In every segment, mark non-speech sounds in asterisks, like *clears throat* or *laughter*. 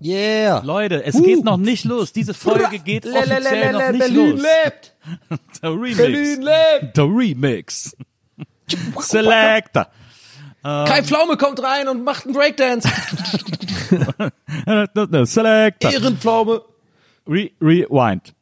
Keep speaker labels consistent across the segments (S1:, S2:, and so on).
S1: Yeah.
S2: Leute, es geht noch nicht los. Diese Folge geht offiziell noch nicht los.
S1: lebt.
S2: Der
S1: Berlin
S2: Remix.
S1: lebt.
S2: Der Remix. Selector.
S1: Kai Pflaume kommt rein und macht einen *laughs* Breakdance.
S2: Selector.
S1: Ehrenpflaume.
S2: Re Rewind.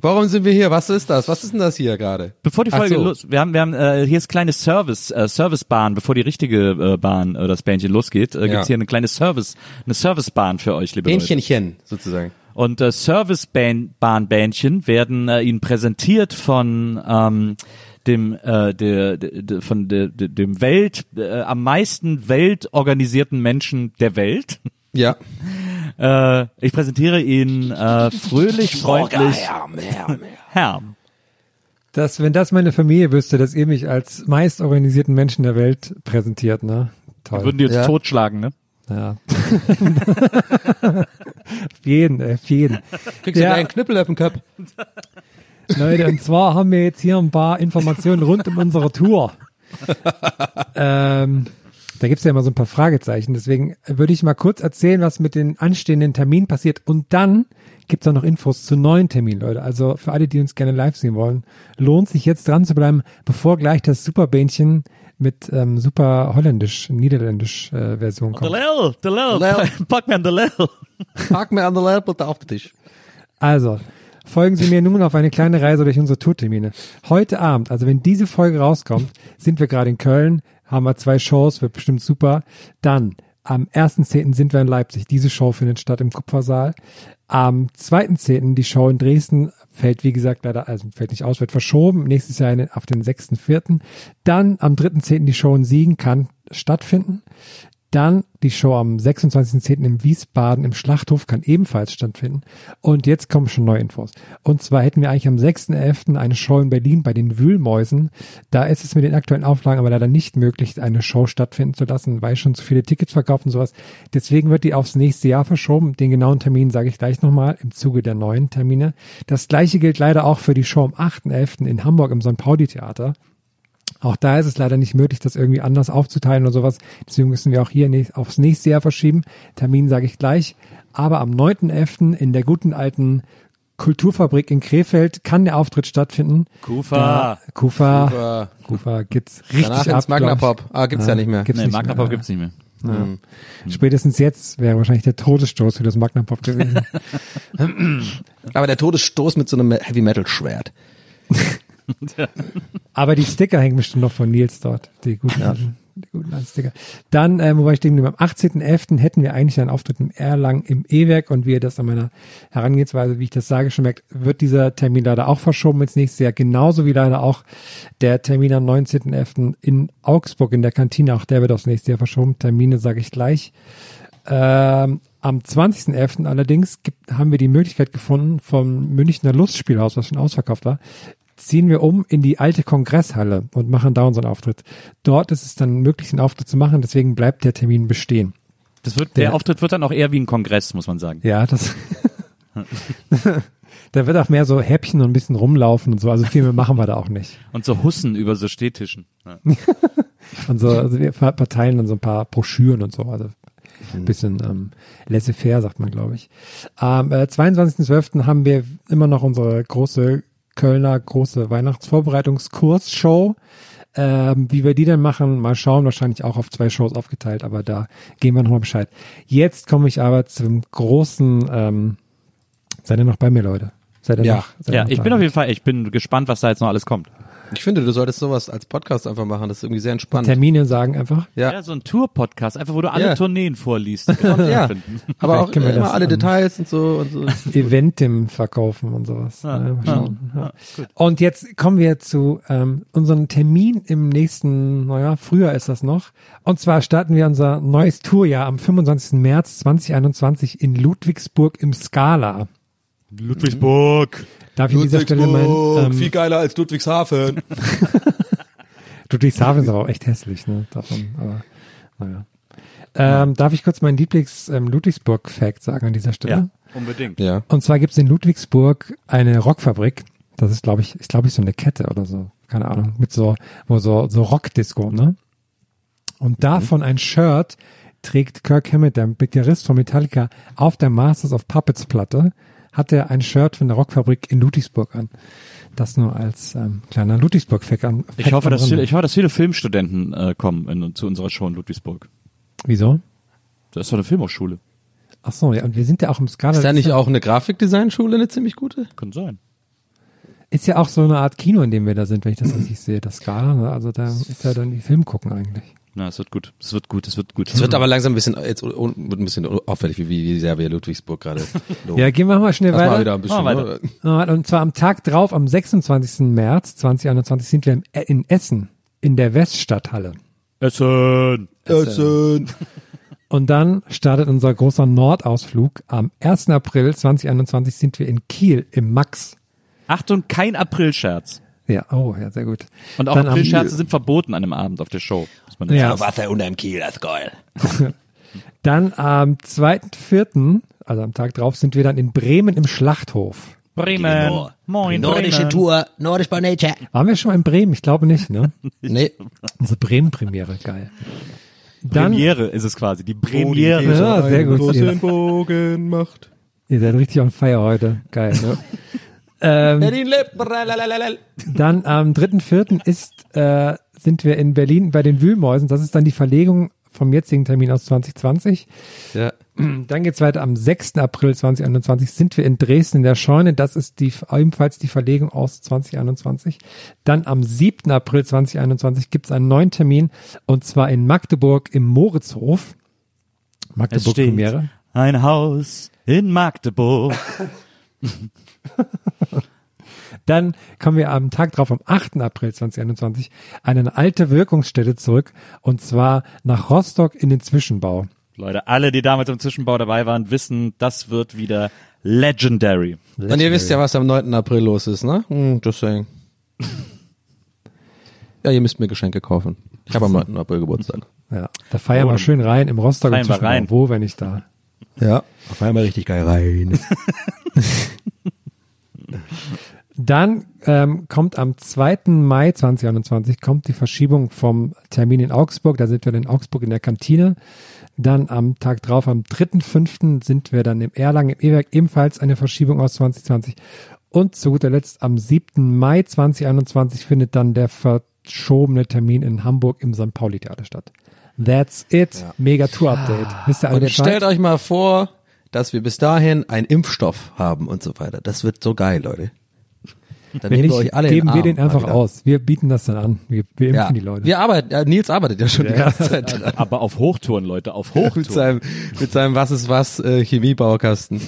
S1: Warum sind wir hier? Was ist das? Was ist denn das hier gerade?
S2: Bevor die
S1: Ach
S2: Folge
S1: so.
S2: los, wir haben, wir haben äh, hier ist kleine Service, äh, Servicebahn, bevor die richtige äh, Bahn, äh, das Bändchen losgeht, äh, gibt's
S1: Ja.
S2: hier eine kleine Service, eine Servicebahn für euch, liebe Leute.
S1: Hähnchenchen, sozusagen.
S2: Und äh, Servicebahnbändchen werden äh, Ihnen präsentiert von ähm, dem äh, der, der, der, von der, der, dem Welt äh, am meisten weltorganisierten Menschen der Welt. *laughs*
S1: Ja.
S2: Äh, ich präsentiere Ihnen äh, fröhlich, freundlich
S1: Oh,
S2: Herm.
S3: Das, wenn das meine Familie wüsste, dass ihr mich als meist organisierten Menschen der Welt präsentiert, ne? Toll.
S2: Würden die uns
S1: Ja.
S2: totschlagen, ne?
S3: ja. auf jeden, ey, auf jeden.
S1: Kriegst du
S3: Ja.
S1: ja. einen Knüppel auf den Kopf?
S3: Leute, und zwar haben wir jetzt hier ein paar Informationen rund um unsere Tour. ähm, da gibt's ja immer so ein paar Fragezeichen. Deswegen würde ich mal kurz erzählen, was mit den anstehenden Terminen passiert. Und dann gibt's auch noch Infos zu neuen Terminen, Leute. Also für alle, die uns gerne live sehen wollen, lohnt sich jetzt dran zu bleiben, bevor gleich das Superbähnchen mit ähm, super holländisch, niederländisch äh, Version kommt.
S2: Delel, Delel,
S1: Delel.
S2: Pac-Man Delel.
S1: Pack mir an der Lehrplatte auf den Tisch.
S3: Also, folgen Sie mir nun auf eine kleine Reise durch unsere Tourtermine. Heute Abend, also wenn diese Folge rauskommt, sind wir gerade in Köln, haben wir zwei Shows, wird bestimmt super. Dann am 1.10. sind wir in Leipzig. Diese Show findet statt im Kupfersaal. Am 2.10. die Show in Dresden fällt, wie gesagt, leider, also fällt nicht aus, wird verschoben. Nächstes Jahr in- auf den 6.4. Dann am 3.10. die Show in Siegen kann stattfinden. Dann die Show am 26.10. im Wiesbaden im Schlachthof kann ebenfalls stattfinden. Und jetzt kommen schon neue Infos. Und zwar hätten wir eigentlich am 6.11. eine Show in Berlin bei den Wühlmäusen. Da ist es mit den aktuellen Auflagen aber leider nicht möglich, eine Show stattfinden zu lassen, weil schon zu viele Tickets verkauft und sowas. Deswegen wird die aufs nächste Jahr verschoben. Den genauen Termin sage ich gleich nochmal im Zuge der neuen Termine. Das gleiche gilt leider auch für die Show am 8.11. in Hamburg im St. Pauli Theater. Auch da ist es leider nicht möglich, das irgendwie anders aufzuteilen oder sowas. Deswegen müssen wir auch hier näch- aufs nächste Jahr verschieben. Termin sage ich gleich. Aber am 9.11. in der guten alten Kulturfabrik in Krefeld kann der Auftritt stattfinden.
S2: Kufa.
S3: Da- Kufa.
S1: Aber
S3: Kufa geht's richtig
S1: Äh, Danach
S3: ab.
S1: ins Magna
S3: glaub ich.
S1: Pop. Ah, gibt's ja nicht mehr.
S3: Gibt's
S2: Nee,
S3: nicht
S2: Magna
S3: mehr.
S2: Pop gibt's nicht mehr.
S3: Spätestens jetzt wäre wahrscheinlich der Todesstoß für das Magna Pop
S2: *laughs*
S3: gewesen.
S1: Aber der Todesstoß mit so einem Heavy Metal Schwert.
S3: Aber die Sticker hängen bestimmt noch von Nils dort. Die guten, alten, die guten alten Sticker. Dann, ähm, wobei ich denke, am 18.11. hätten wir eigentlich einen Auftritt im Erlang im E-Werk und wie ihr das an meiner Herangehensweise, wie ich das sage, schon merkt, wird dieser Termin leider auch verschoben ins nächste Jahr. Genauso wie leider auch der Termin am 19.11. in Augsburg in der Kantine. Auch der wird aufs nächste Jahr verschoben. Termine sage ich gleich. Ähm, am 20.11. allerdings gibt, haben wir die Möglichkeit gefunden, vom Münchner Lustspielhaus, was schon ausverkauft war, ziehen wir um in die alte Kongresshalle und machen da unseren Auftritt. Dort ist es dann möglich, den Auftritt zu machen, deswegen bleibt der Termin bestehen.
S2: Das wird, der
S3: Der-
S2: Auftritt wird dann auch eher wie ein Kongress, muss man sagen.
S3: Ja, das. *laughs* Da wird auch mehr so Häppchen und ein bisschen rumlaufen und so. Also viel mehr machen wir da auch nicht.
S2: Und so Hussen über so Stehtischen. Ja.
S3: Und so, also wir ver- verteilen dann so ein paar Broschüren und so. Also ein bisschen ähm, laissez-faire, sagt man, glaube ich. Am äh, 22.12. haben wir immer noch unsere große Kölner große Weihnachtsvorbereitungskurs-Show. Ähm, wie wir die dann machen, mal schauen, wahrscheinlich auch auf zwei Shows aufgeteilt, aber da geben wir nochmal Bescheid. Jetzt komme ich aber zum großen, ähm, seid ihr noch bei mir, Leute? Seid ihr
S1: Ja.
S3: noch? Seid ihr
S2: Ja,
S3: noch
S2: ich
S3: da?
S2: bin auf jeden Fall, ich bin gespannt, was da jetzt noch alles kommt.
S1: Ich finde, du solltest sowas als Podcast einfach machen. Das ist irgendwie sehr entspannt.
S3: Termine sagen einfach.
S2: Ja,
S1: Ja.
S2: so ein Tour-Podcast, einfach wo du alle
S1: Ja.
S2: Tourneen vorliest. die wir
S1: Ja,
S2: finden.
S1: *laughs* aber
S3: Vielleicht
S1: auch
S3: können wir
S1: immer
S3: das
S1: alle
S3: an-
S1: Details und so *laughs* und so.
S3: Eventim verkaufen und sowas.
S2: Ja,
S3: Ja, mal
S2: ja,
S3: schauen. Ja. Und jetzt kommen wir zu ähm, unserem Termin im nächsten, naja, Frühjahr ist das noch. Und zwar starten wir unser neues Tourjahr am 25. März 2021 in Ludwigsburg im Scala.
S2: Ludwigsburg.
S3: Darf ich an dieser Stelle mein ähm,
S1: geiler als Ludwigshafen.
S3: Ludwigshafen ist aber auch echt hässlich, ne? Davon, aber naja. Ähm, darf ich kurz meinen Lieblings ähm, Ludwigsburg-Fact sagen an dieser Stelle?
S2: Ja,
S1: *laughs*
S2: unbedingt.
S1: Ja.
S3: Und zwar gibt's in Ludwigsburg eine Rockfabrik. Das ist, glaube ich, ist, glaube ich, so eine Kette oder so. Keine Ahnung. Mit so, wo so, so Rockdisco, ne? Und davon ein Shirt trägt Kirk Hammett, der Gitarrist von Metallica, auf der Masters of Puppets Platte, hat er ein Shirt von der Rockfabrik in Ludwigsburg an. Das nur als ähm, kleiner Ludwigsburg-Fact an.
S2: Ich hoffe,
S3: Fact am
S2: dass viele,
S3: Rande.
S2: ich hoffe, dass viele Filmstudenten äh, kommen in, zu unserer Show in Ludwigsburg.
S3: Wieso?
S2: Das ist doch eine Filmhochschule.
S3: Ach so, ja, und wir sind ja auch im Skala.
S1: Ist da nicht auch eine Grafikdesignschule eine ziemlich gute?
S2: Kann sein.
S3: Ist ja auch so eine Art Kino, in dem wir da sind, wenn ich das richtig sehe. Das Skala, ne? also da ist ja dann die Film gucken eigentlich.
S2: Na, es wird gut. Es wird gut, es wird gut.
S1: Es wird aber langsam ein bisschen, jetzt un- un- wird ein bisschen auffällig, wie, wie sehr wir Ludwigsburg gerade loben.
S3: Ja, gehen wir mal schnell
S1: Lass
S3: weiter.
S1: mal wieder ein bisschen.
S2: Machen wir weiter.
S1: ne?
S3: Ah, Und zwar am Tag drauf, am 26. März 2021, sind wir im- äh, in Essen, in der Weststadthalle.
S2: Essen.
S1: ähm,
S3: Und dann startet unser großer Nordausflug. Am 1. April 2021 sind wir in Kiel im Max.
S2: Achtung, kein Aprilscherz.
S3: Ja, oh, ja, sehr gut.
S2: Und auch
S3: Dann am-
S2: Aprilscherze sind verboten an einem Abend auf der Show. Muss man dazu
S3: Ja.
S2: sagen.
S1: Wasser unterm Kiel, das ist geil.
S3: *laughs* Dann am 2.4., also am Tag drauf, sind wir dann in Bremen im Schlachthof.
S2: Bremen. Moin, Bremen.
S1: Tour, nordisch by nature.
S3: Waren wir schon mal in Bremen? Ich glaube nicht, ne?
S1: *laughs* Nee,
S3: Unsere Bremen-Premiere, geil. Dann,
S2: Premiere ist es quasi, die Premiere.
S3: Ja, sehr gut. Ihr,
S1: Bogen macht.
S3: ihr seid richtig on fire heute. Geil. *laughs* Ne?
S1: Berlin lebt. bralalalal.
S3: Ähm, Dann am 3.4. ist, äh, sind wir in Berlin bei den Wühlmäusen. Das ist dann die Verlegung vom jetzigen Termin aus 2020.
S1: Ja.
S3: Dann geht's weiter. Am 6. April 2021 sind wir in Dresden in der Scheune. Das ist die, ebenfalls die Verlegung aus 2021. Dann am 7. April 2021 gibt's einen neuen Termin und zwar in Magdeburg im Moritzhof.
S2: Es
S3: Magdeburg
S2: steht
S3: Premiere.
S2: ein Haus in Magdeburg.
S3: Dann kommen wir am Tag drauf, am 8. April 2021, an eine alte Wirkungsstätte zurück und zwar nach Rostock in den Zwischenbau.
S2: Leute, alle, die damals im Zwischenbau dabei waren, wissen, das wird wieder legendary.
S1: Und ihr wisst ja, was am 9. April los ist, ne? Hm, just saying. *laughs* Ja, ihr müsst mir Geschenke kaufen. Ich habe am 9. April
S3: *laughs*
S1: Geburtstag.
S3: Ja, da feiern wir
S2: dann-
S3: schön rein im Rostock im
S2: Oh, Feiern wir
S3: Zwischenbau.
S2: rein.
S3: Wo, wenn ich da?
S1: Ja. Auf einmal richtig geil rein.
S3: Dann ähm, kommt am 2. Mai 2021 kommt die Verschiebung vom Termin in Augsburg. Da sind wir dann in Augsburg in der Kantine. Dann am Tag drauf, am 3.5. sind wir dann im Erlangen, im E-Werk, ebenfalls eine Verschiebung aus 2020. Und zu guter Letzt am 7. Mai 2021 findet dann der verschobene Termin in Hamburg im St. Pauli Theater statt. That's it. Mega Tour-Update. Wisst ihr
S1: Ah,
S3: alle
S1: Und jetzt
S3: Bescheid?
S1: stellt euch mal vor, dass wir bis dahin einen Impfstoff haben und so weiter. Das wird so geil, Leute. Dann
S3: Wenn
S1: nehmen
S3: nicht,
S1: wir euch alle in
S3: geben wir
S1: Arm
S3: den
S1: mal
S3: einfach
S1: wieder.
S3: aus. Wir bieten das dann an. Wir, wir impfen
S1: Ja.
S3: die Leute.
S1: Wir arbeiten, ja, Nils arbeitet ja schon die
S3: Ja.
S1: ganze Zeit
S3: *laughs*
S1: dran.
S2: Aber auf Hochtouren, Leute, auf
S1: mit
S2: Hochtouren.
S1: seinem, mit seinem Was ist was äh, Chemiebaukasten.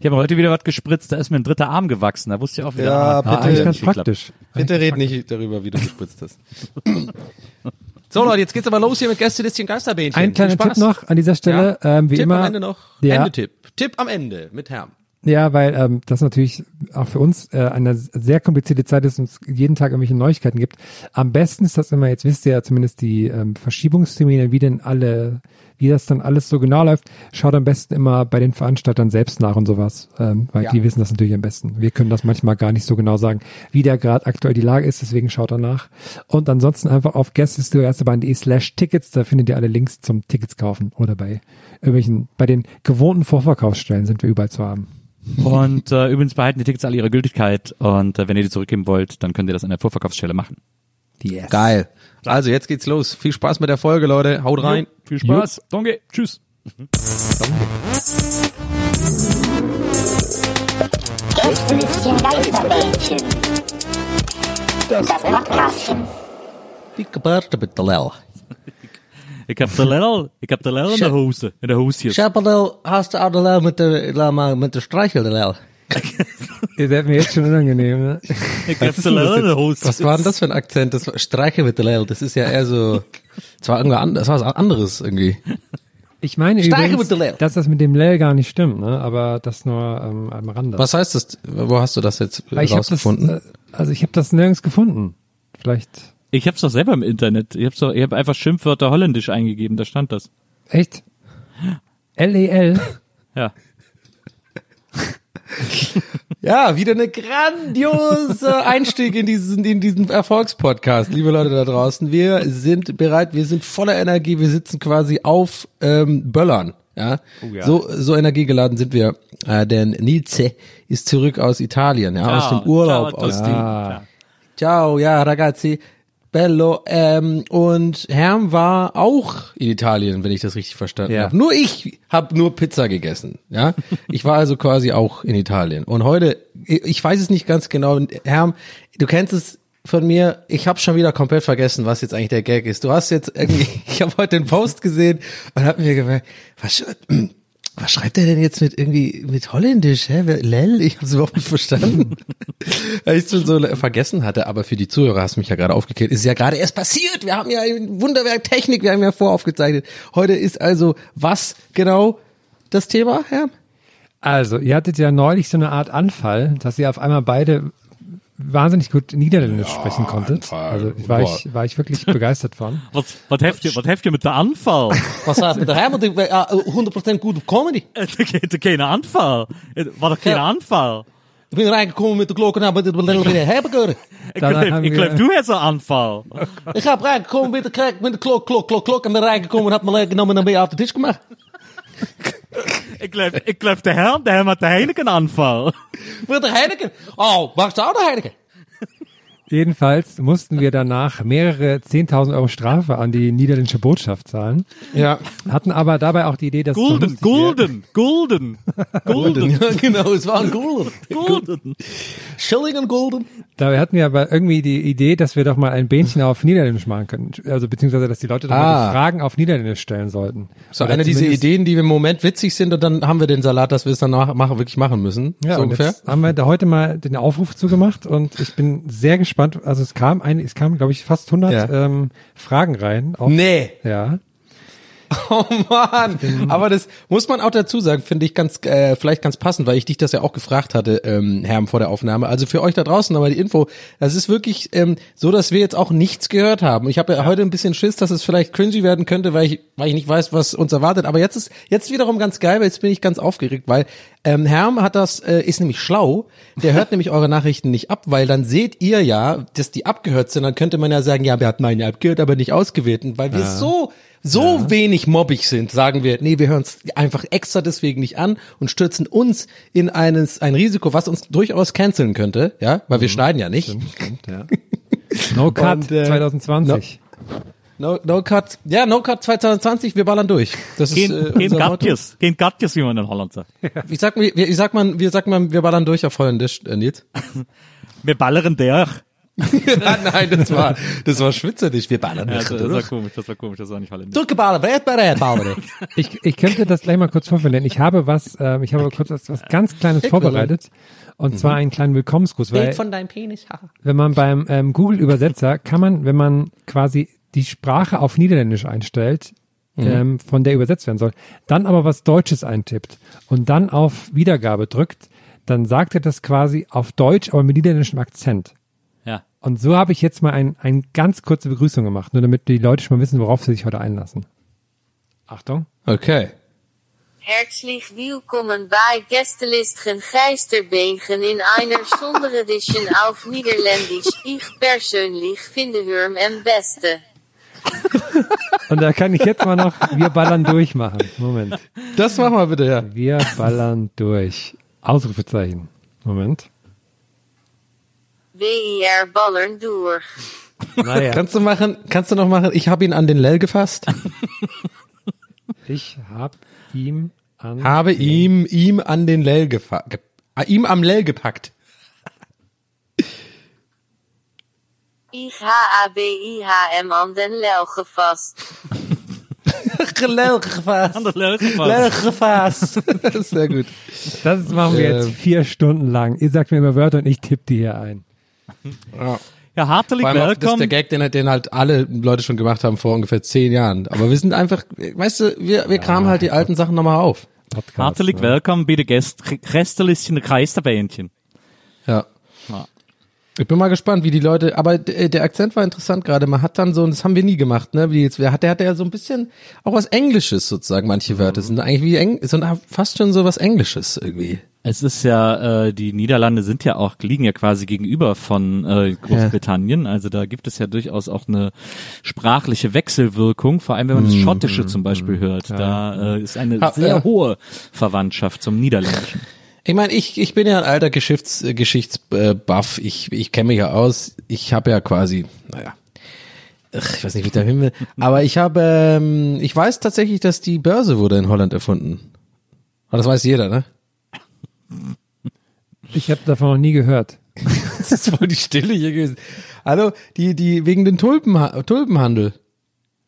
S2: Ich habe heute wieder was gespritzt, da ist mir ein dritter Arm gewachsen. Da wusste ich auch wieder.
S1: Ja,
S2: ah,
S1: bitte.
S3: Ah, eigentlich ganz
S2: nicht geklappt.
S3: praktisch.
S1: Bitte red nicht darüber, wie du gespritzt hast. *clears throat* so Leute, jetzt geht's aber los hier mit Gästelistchen Geisterbähnchen.
S3: Ein kleiner
S1: Viel Spaß.
S3: Tipp noch an dieser Stelle, ähm, wie
S1: Tipp
S3: immer.
S1: am Ende noch.
S3: Ja,
S1: Ende-Tipp. Tipp am Ende mit Herm.
S3: ja weil ähm, das natürlich auch für uns äh, eine sehr komplizierte Zeit ist und es jeden Tag irgendwelche Neuigkeiten gibt. Am besten ist das immer, jetzt wisst ihr ja zumindest die ähm, Verschiebungstermine, wie denn alle, wie das dann alles so genau läuft. Schaut am besten immer bei den Veranstaltern selbst nach und sowas, ähm, weil
S1: Ja.
S3: die wissen das natürlich am besten. Wir können das manchmal gar nicht so genau sagen, wie da gerade aktuell die Lage ist, deswegen schaut danach. Und ansonsten einfach auf gästestoerstebahn.de slash Tickets, da findet ihr alle Links zum Tickets kaufen oder bei irgendwelchen, bei den gewohnten Vorverkaufsstellen sind wir überall zu haben.
S2: Und äh, übrigens behalten die Tickets alle ihre Gültigkeit und äh, wenn ihr die zurückgeben wollt, dann könnt ihr das an der Vorverkaufsstelle machen.
S3: Yes.
S1: Geil. Also jetzt geht's los. Viel Spaß mit der Folge, Leute. Haut rein.
S2: Viel Spaß. Danke. Tschüss.
S4: Gästelistchen Geisterbällchen. Das Podcastchen.
S1: Dicke Bärte bitte, Lel.
S2: Ich hab den Lell, ich hab den Lell in der Hose, in der Hose hier.
S1: Schäpperl, hast du auch den Lel mit der, Lel mal mit der Streichel, der Lel?
S3: Ihr seid mir jetzt schon unangenehm,
S1: *laughs*
S3: ne?
S2: Ich hab den Lell in der Hose.
S1: Was war denn das für ein Akzent? Das war Streichel mit der Lel. Das ist ja eher *laughs* so, das war irgendwas anderes, das war was anderes irgendwie.
S3: Ich meine
S1: Starke
S3: übrigens,
S1: Mittel.
S3: dass das mit dem Lel gar nicht stimmt, ne? aber das nur ähm, am Rande.
S1: Was heißt das? Wo hast du das jetzt
S3: Weil ich hab das,
S1: rausgefunden?
S3: äh, also ich habe das nirgends gefunden. Vielleicht,
S2: Ich hab's doch selber im Internet. Ich hab's doch, ich hab einfach Schimpfwörter holländisch eingegeben, da stand das.
S3: echt? E
S1: *laughs*
S3: L-E-L?
S2: Ja.
S1: Ja, wieder eine grandiose
S2: *laughs*
S1: Einstieg in diesen, in diesen Erfolgspodcast, liebe Leute da draußen. Wir sind bereit, wir sind voller Energie, wir sitzen quasi auf ähm, Böllern. Ja?
S2: Oh ja.
S1: So, so energiegeladen sind wir, äh, denn Nietzsche ist zurück aus Italien, ja, Ah, aus dem Urlaub,
S2: Ah,
S1: Ah.
S2: Ciao,
S1: aus
S2: Tosti.
S1: dem
S2: Ja.
S1: Ciao, ja, ragazzi. Bello. Ähm, und Herm war auch in Italien, wenn ich das richtig verstanden
S3: Ja.
S1: habe. Nur ich habe nur Pizza gegessen. Ja, ich war also quasi auch in Italien. Und heute, ich ich weiß es nicht ganz genau. Und Herm, du kennst es von mir. Ich habe schon wieder komplett vergessen, was jetzt eigentlich der Gag ist. Du hast jetzt irgendwie, *laughs* ich habe heute den Post gesehen und habe mir gemerkt, was, sch- was schreibt er denn jetzt mit irgendwie mit Holländisch? Hä? Wer- Lel? Ich habe es überhaupt nicht verstanden. *laughs* Weil ich es schon so le- vergessen hatte, aber für die Zuhörer hast du mich ja gerade aufgeklärt. Ist ja gerade erst passiert. Wir haben ja ein Wunderwerk Technik, wir haben ja voraufgezeichnet. Heute ist also was genau das Thema, Herr?
S3: Also, ihr hattet ja neulich so eine Art Anfall, dass ihr auf einmal beide wahnsinnig gut Niederländisch sprechen konntet. Also ich war, ich, war
S1: *laughs*
S3: ich wirklich begeistert von.
S2: Was, was helft ihr, was helft ihr mit der Anfall?
S1: Was sagt der äh, Herr? 100% gute Comedy.
S2: Äh, da geht da kein Anfall. Äh, War doch kein
S1: Ja.
S2: Anfall.
S1: Ich bin reingekommen mit der Glocke, aber das will ich nicht haben
S2: Ich
S3: Danach
S2: glaub,
S3: haben
S2: ich
S3: wir-
S2: glaub, du hast einen Anfall.
S1: Ich hab reingekommen mit der Krack, mit der Glock, Glock, Glock, Glock und bin reingekommen und hab mir leer genommen und dann bin ich auf den Tisch gemacht.
S2: Ich glaub, ich glaub, der Herr, der Herr hat den Heineken Anfall.
S1: Mit der Heineken. Oh, machst du auch der Heineken?
S3: Jedenfalls mussten wir danach mehrere 10.000 Euro Strafe an die niederländische Botschaft zahlen,
S1: Ja.
S3: hatten aber dabei auch die Idee, dass es so
S2: Gulden,
S3: lustig
S2: *laughs*
S3: wird.
S2: Gulden, Gulden, Gulden,
S1: Ja, *laughs* genau, es war ein Golden.
S2: Gulden.
S1: Schilling und Golden.
S3: Da hatten wir aber irgendwie die Idee, dass wir doch mal ein Bähnchen auf Niederländisch machen können. Also beziehungsweise, dass die Leute doch mal
S1: Ah.
S3: die Fragen auf Niederländisch stellen sollten.
S1: So
S3: Oder
S1: eine dieser
S3: zumindest-
S1: Ideen, die im Moment witzig sind und dann haben wir den Salat, dass wir es dann nach, machen, wirklich machen müssen.
S3: Ja,
S1: so
S3: und
S1: ungefähr.
S3: jetzt haben wir da heute mal den Aufruf zugemacht und ich bin sehr gespannt. Also es kam ein, es kam, glaube ich, fast 100
S1: Ja.
S3: ähm, Fragen rein. Auf,
S1: Nee.
S3: Ja.
S1: Oh Mann. Aber das muss man auch dazu sagen, finde ich ganz, äh, vielleicht ganz passend, weil ich dich das ja auch gefragt hatte, ähm, Herm, vor der Aufnahme. Also für euch da draußen nochmal die Info. Das ist wirklich ähm, so, dass wir jetzt auch nichts gehört haben. Ich habe ja, heute ein bisschen Schiss, dass es vielleicht cringy werden könnte, weil ich, weil ich nicht weiß, was uns erwartet. Aber jetzt ist jetzt wiederum ganz geil, weil jetzt bin ich ganz aufgeregt, weil ähm, Herm hat das, äh, ist nämlich schlau. Der hört *laughs* nämlich eure Nachrichten nicht ab, weil dann seht ihr ja, dass die abgehört sind. Dann könnte man ja sagen, ja, wir hatten meine abgehört, aber nicht ausgewählt. Und weil wir so so wenig mobbig sind, sagen wir, nee, wir hören es einfach extra deswegen nicht an und stürzen uns in eines, ein Risiko, was uns durchaus canceln könnte, ja, weil
S2: Mhm.
S1: wir schneiden ja nicht.
S3: No Cut
S1: Und, äh,
S3: 2020.
S1: No, no Cut, ja, No Cut 2020, wir ballern durch. Das ist äh,
S2: Kein, kein
S1: unser Motto.
S2: Gatjes, kein Gatjes, wie man in Holland sagt.
S1: Ich sag, mir- wir, ich sag mal, wir sag mal, wir ballern durch auf Holländisch, äh,
S2: *laughs*
S1: Nils.
S2: Wir ballern der.
S1: Nein, das war, das war schwitzerisch, wir ballern
S2: Ja,
S1: durch.
S2: das, das war komisch, das war komisch, das war nicht holländisch.
S1: Durchgeballert, red, red, red.
S2: *laughs*
S3: Ich, ich könnte das gleich mal kurz vorführen, denn ich habe was, ähm, ich habe kurz was, was ganz Kleines vorbereitet. Und zwar einen kleinen Willkommensgruß, weil
S1: Bild von deinem Penis, haha.
S3: wenn man beim ähm, Google-Übersetzer kann man, wenn man quasi die Sprache auf Niederländisch einstellt, ähm, von der übersetzt werden soll, dann aber was Deutsches eintippt und dann auf Wiedergabe drückt, dann sagt er das quasi auf Deutsch, aber mit niederländischem Akzent.
S2: Ja.
S3: Und so habe ich jetzt mal eine ein ganz kurze Begrüßung gemacht, nur damit die Leute schon mal wissen, worauf sie sich heute einlassen. Achtung.
S1: Okay.
S5: Herzlich willkommen bei Gästelisten Geisterbeengen in einer Sonderedition auf Niederländisch. Ich persönlich finde Hürm am beste.
S3: Und da kann ich jetzt mal noch Wir ballern durch machen. Moment.
S1: Das mach mal bitte, ja.
S3: Wir ballern durch. Ausrufezeichen. Moment.
S5: BIR ballern durch.
S3: Naja,
S1: Kannst du machen, kannst du noch machen, ich habe ihn an den Lell gefasst.
S3: ich hab ihm an.
S1: habe ihm, ihm an den Lell gefasst. Ge ah, ihm am Lell *laughs* gepackt.
S5: Ich HABIHM an den Lel gefasst.
S1: Lell gefasst.
S2: Lell
S1: gefasst. Sehr gut.
S3: Das machen wir jetzt
S1: Ähm.
S3: vier Stunden lang. Ihr sagt mir immer Wörter und ich tippe die hier ein.
S1: Ja.
S2: Ja, hartelig
S1: Vor allem auch, das ist der
S2: willkommen.
S1: Gag, den, halt- den halt alle Leute schon gemacht haben vor ungefähr zehn Jahren. Aber wir sind einfach, weißt du, wir, wir kramen halt die alten Sachen nochmal auf.
S3: Podcast,
S2: Hartelig
S3: ne?
S2: willkommen bei der Gästelistchen Kreisterbähnchen.
S1: Ja.
S2: Ja.
S1: Ich bin mal gespannt, wie die Leute, aber d- äh, der Akzent war interessant gerade. Man hat dann so, und das haben wir nie gemacht, ne, wie jetzt, wer hat, der hatte ja so ein bisschen auch was Englisches sozusagen, manche Wörter sind eigentlich wie Eng, so ein- fast schon so was Englisches irgendwie.
S2: Es ist ja, äh, die Niederlande sind ja auch, liegen ja quasi gegenüber von äh, Großbritannien. Also da gibt es ja durchaus auch eine sprachliche Wechselwirkung, vor allem wenn man das Schottische zum Beispiel hört. Da äh, ist eine
S1: Ha-
S2: sehr
S1: ja.
S2: hohe Verwandtschaft zum Niederländischen.
S1: Ich meine, ich, ich bin ja ein alter Geschichts, äh, Geschichtsbuff. Ich, ich kenne mich ja aus. Ich habe ja quasi, naja, ach, ich weiß nicht, wie ich da hin will. Aber ich habe, ähm, ich weiß tatsächlich, dass die Börse wurde in Holland erfunden. Aber das weiß jeder, ne? *laughs*
S3: Ich habe davon noch nie gehört.
S1: Das ist voll die Stille hier gewesen. Hallo, die, die, wegen den Tulpen, Tulpenhandel.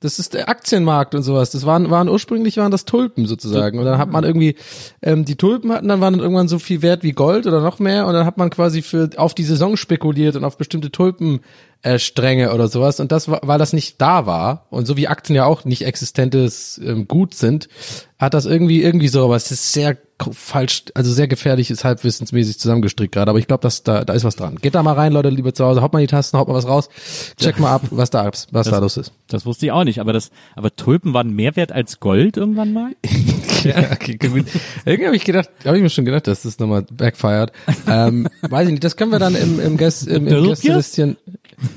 S1: Das ist der Aktienmarkt und sowas. Das waren, waren ursprünglich waren das Tulpen sozusagen. Und dann hat man irgendwie, ähm, die Tulpen hatten, dann waren dann irgendwann so viel wert wie Gold oder noch mehr. Und dann hat man quasi für auf die Saison spekuliert und auf bestimmte Tulpenstränge äh, Stränge oder sowas. Und das war, weil das nicht da war und so wie Aktien ja auch nicht existentes ähm, Gut sind, hat das irgendwie irgendwie so. Aber es ist sehr k- falsch, also sehr gefährliches halbwissensmäßig zusammengestrickt gerade. Aber ich glaube, dass da da ist was dran. Geht da mal rein, Leute, liebe zu Hause. Haut mal die Tasten, haut mal was raus. Check mal ab, was da was da los ist.
S2: Das wusste ich auch nicht, aber das, aber Tulpen waren mehr wert als Gold irgendwann mal?
S1: *laughs* Ja, okay, gut. Irgendwie habe ich gedacht, habe ich mir schon gedacht, dass das nochmal backfired. Ähm, *laughs* weiß ich nicht, das können wir dann im, im, Guest, im, im
S2: Dürpjes?
S1: Gästelistchen.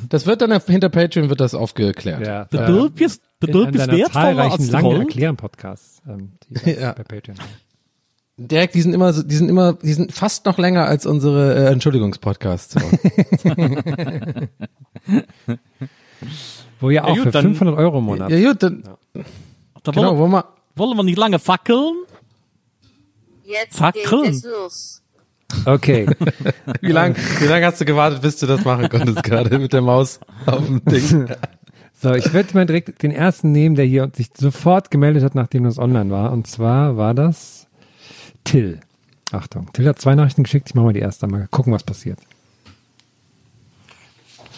S1: Das wird dann auf- hinter Patreon wird das aufgeklärt.
S3: Ja,
S2: Der Tulp ist, der
S3: äh, in
S2: Tulp
S3: einem
S2: ist
S3: deiner
S2: wertvoller
S3: zahlreichen
S2: als der
S3: langen
S2: Gold.
S3: Erklären-Podcasts. Ähm, *laughs* die
S1: Ja.
S3: bei Patreon. sind.
S1: Direkt, die sind immer, so- die sind immer, die sind fast noch länger als unsere äh, Entschuldigungspodcasts.
S3: Wo ihr auch
S2: gut,
S3: für
S2: dann-
S3: 500 Euro im Monat.
S1: ja gut, dann
S2: Da
S1: genau,
S2: wollen,
S1: wollen wir.
S2: wollen wir nicht lange fackeln?
S5: Jetzt
S2: Fakkeln.
S5: geht es los.
S3: Okay, *laughs*
S1: Wie lang, wie lang hast du gewartet, bis du das machen konntest gerade mit der Maus auf dem Ding? *laughs*
S3: so ich werde mal direkt den ersten nehmen, der hier sich sofort gemeldet hat, nachdem das online war. Und zwar war das Till. Achtung, Till hat zwei Nachrichten geschickt. Ich mache mal die erste mal gucken, was passiert.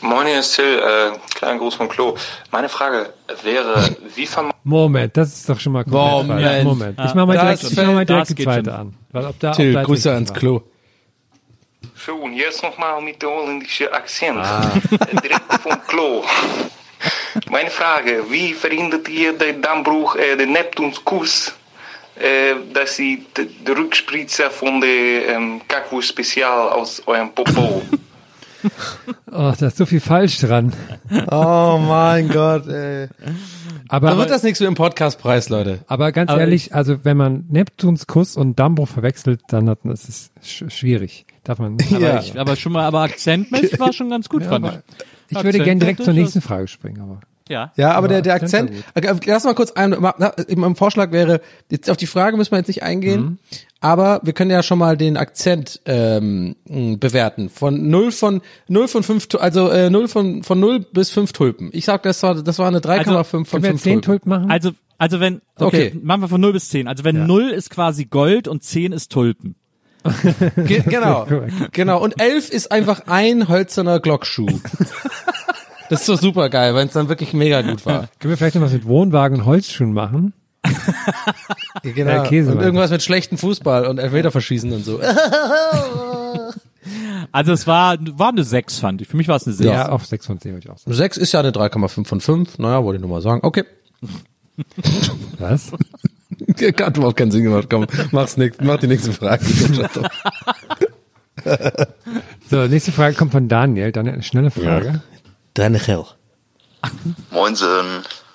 S6: Moin, hier ist Till, äh, kleinen Gruß vom Klo. Meine Frage wäre, wie vermeiden
S3: Moment, das ist doch schon mal komplett
S1: Moment.
S3: falsch. Moment. Ich mache mal
S1: Ja,
S3: direkt,
S1: das
S3: ich mach mal
S1: fällt-
S3: direkt
S2: das
S3: die
S2: geht
S3: zweite
S2: schon.
S3: an. Weil ob da, ob
S1: Till,
S3: da jetzt
S1: Grüße
S3: richtig
S1: ans
S3: war.
S1: Klo.
S6: Schon, jetzt nochmal mit der holländischen Akzent. Äh, Direkt vom Klo. Meine Frage, wie verhindert ihr den Dammbruch, äh, den Neptunskurs, äh, dass sie d- die Rückspritze von der ähm, Kackwurst Spezial aus eurem Popo?
S3: Oh, da ist so viel falsch dran.
S1: Oh mein Gott, ey.
S3: Aber,
S1: Da wird das nichts mit dem Podcastpreis, Leute.
S3: aber ganz
S2: Aber
S3: ehrlich, also wenn man Neptuns Kuss und Dambo verwechselt, dann hat, das ist sch schwierig. Darf man
S1: *laughs*
S3: nicht.
S1: Ja.
S3: Aber
S2: Ich, aber schon mal, aber akzentmäßig war schon ganz gut,
S3: Ja,
S2: fand
S3: aber
S2: ich.
S3: Ich würde
S2: Akzent
S3: gerne direkt zur
S2: durchaus.
S3: nächsten Frage springen, aber.
S2: Ja.
S1: Ja, aber der, der
S3: Akzent
S1: Akzent, okay, lass mal kurz ein, ma- na, mein Vorschlag wäre, jetzt auf die Frage müssen wir jetzt nicht eingehen,
S3: Mhm.
S1: aber wir können ja schon mal den Akzent ähm, mh, bewerten. Von null von null von fünf, Tu- also äh, null von von null bis fünf Tulpen. Ich sag, das war das war eine 3,5 von
S3: Also, Können wir
S1: 5
S3: jetzt 10
S1: Tulpen.
S3: Tulpen machen?
S2: Also, also wenn, okay,
S1: Okay.
S2: machen wir von 0 bis 10. Also wenn 0 ist quasi Gold und 10 ist Tulpen.
S1: Ge
S3: *laughs*
S1: genau. genau. Und elf ist einfach ein hölzerner
S3: *laughs*
S1: Glockschuh. das ist doch super geil, wenn es dann wirklich mega gut war. *laughs*
S3: Können wir vielleicht noch was mit Wohnwagen und Holzschuhen machen?
S1: Genau.
S3: Äh, Käse
S1: und
S3: war
S1: irgendwas mit schlechtem Fußball und Elfmeterverschießen und so.
S2: Also es war, war eine 6, fand ich. Für mich war es eine 6.
S3: Ja, auf 6 von 10 würde ich auch sagen.
S1: Sechs ist ja eine 3,5 von 5. Naja, wollte ich nur mal sagen. Okay. *laughs*
S3: Was?
S1: Hat überhaupt keinen Sinn gemacht. Komm, mach's nicht, mach die nächste Frage.
S3: So, nächste Frage kommt von Daniel. Daniel, eine schnelle Frage.
S1: *laughs* Deine Hell.
S7: Moinsen,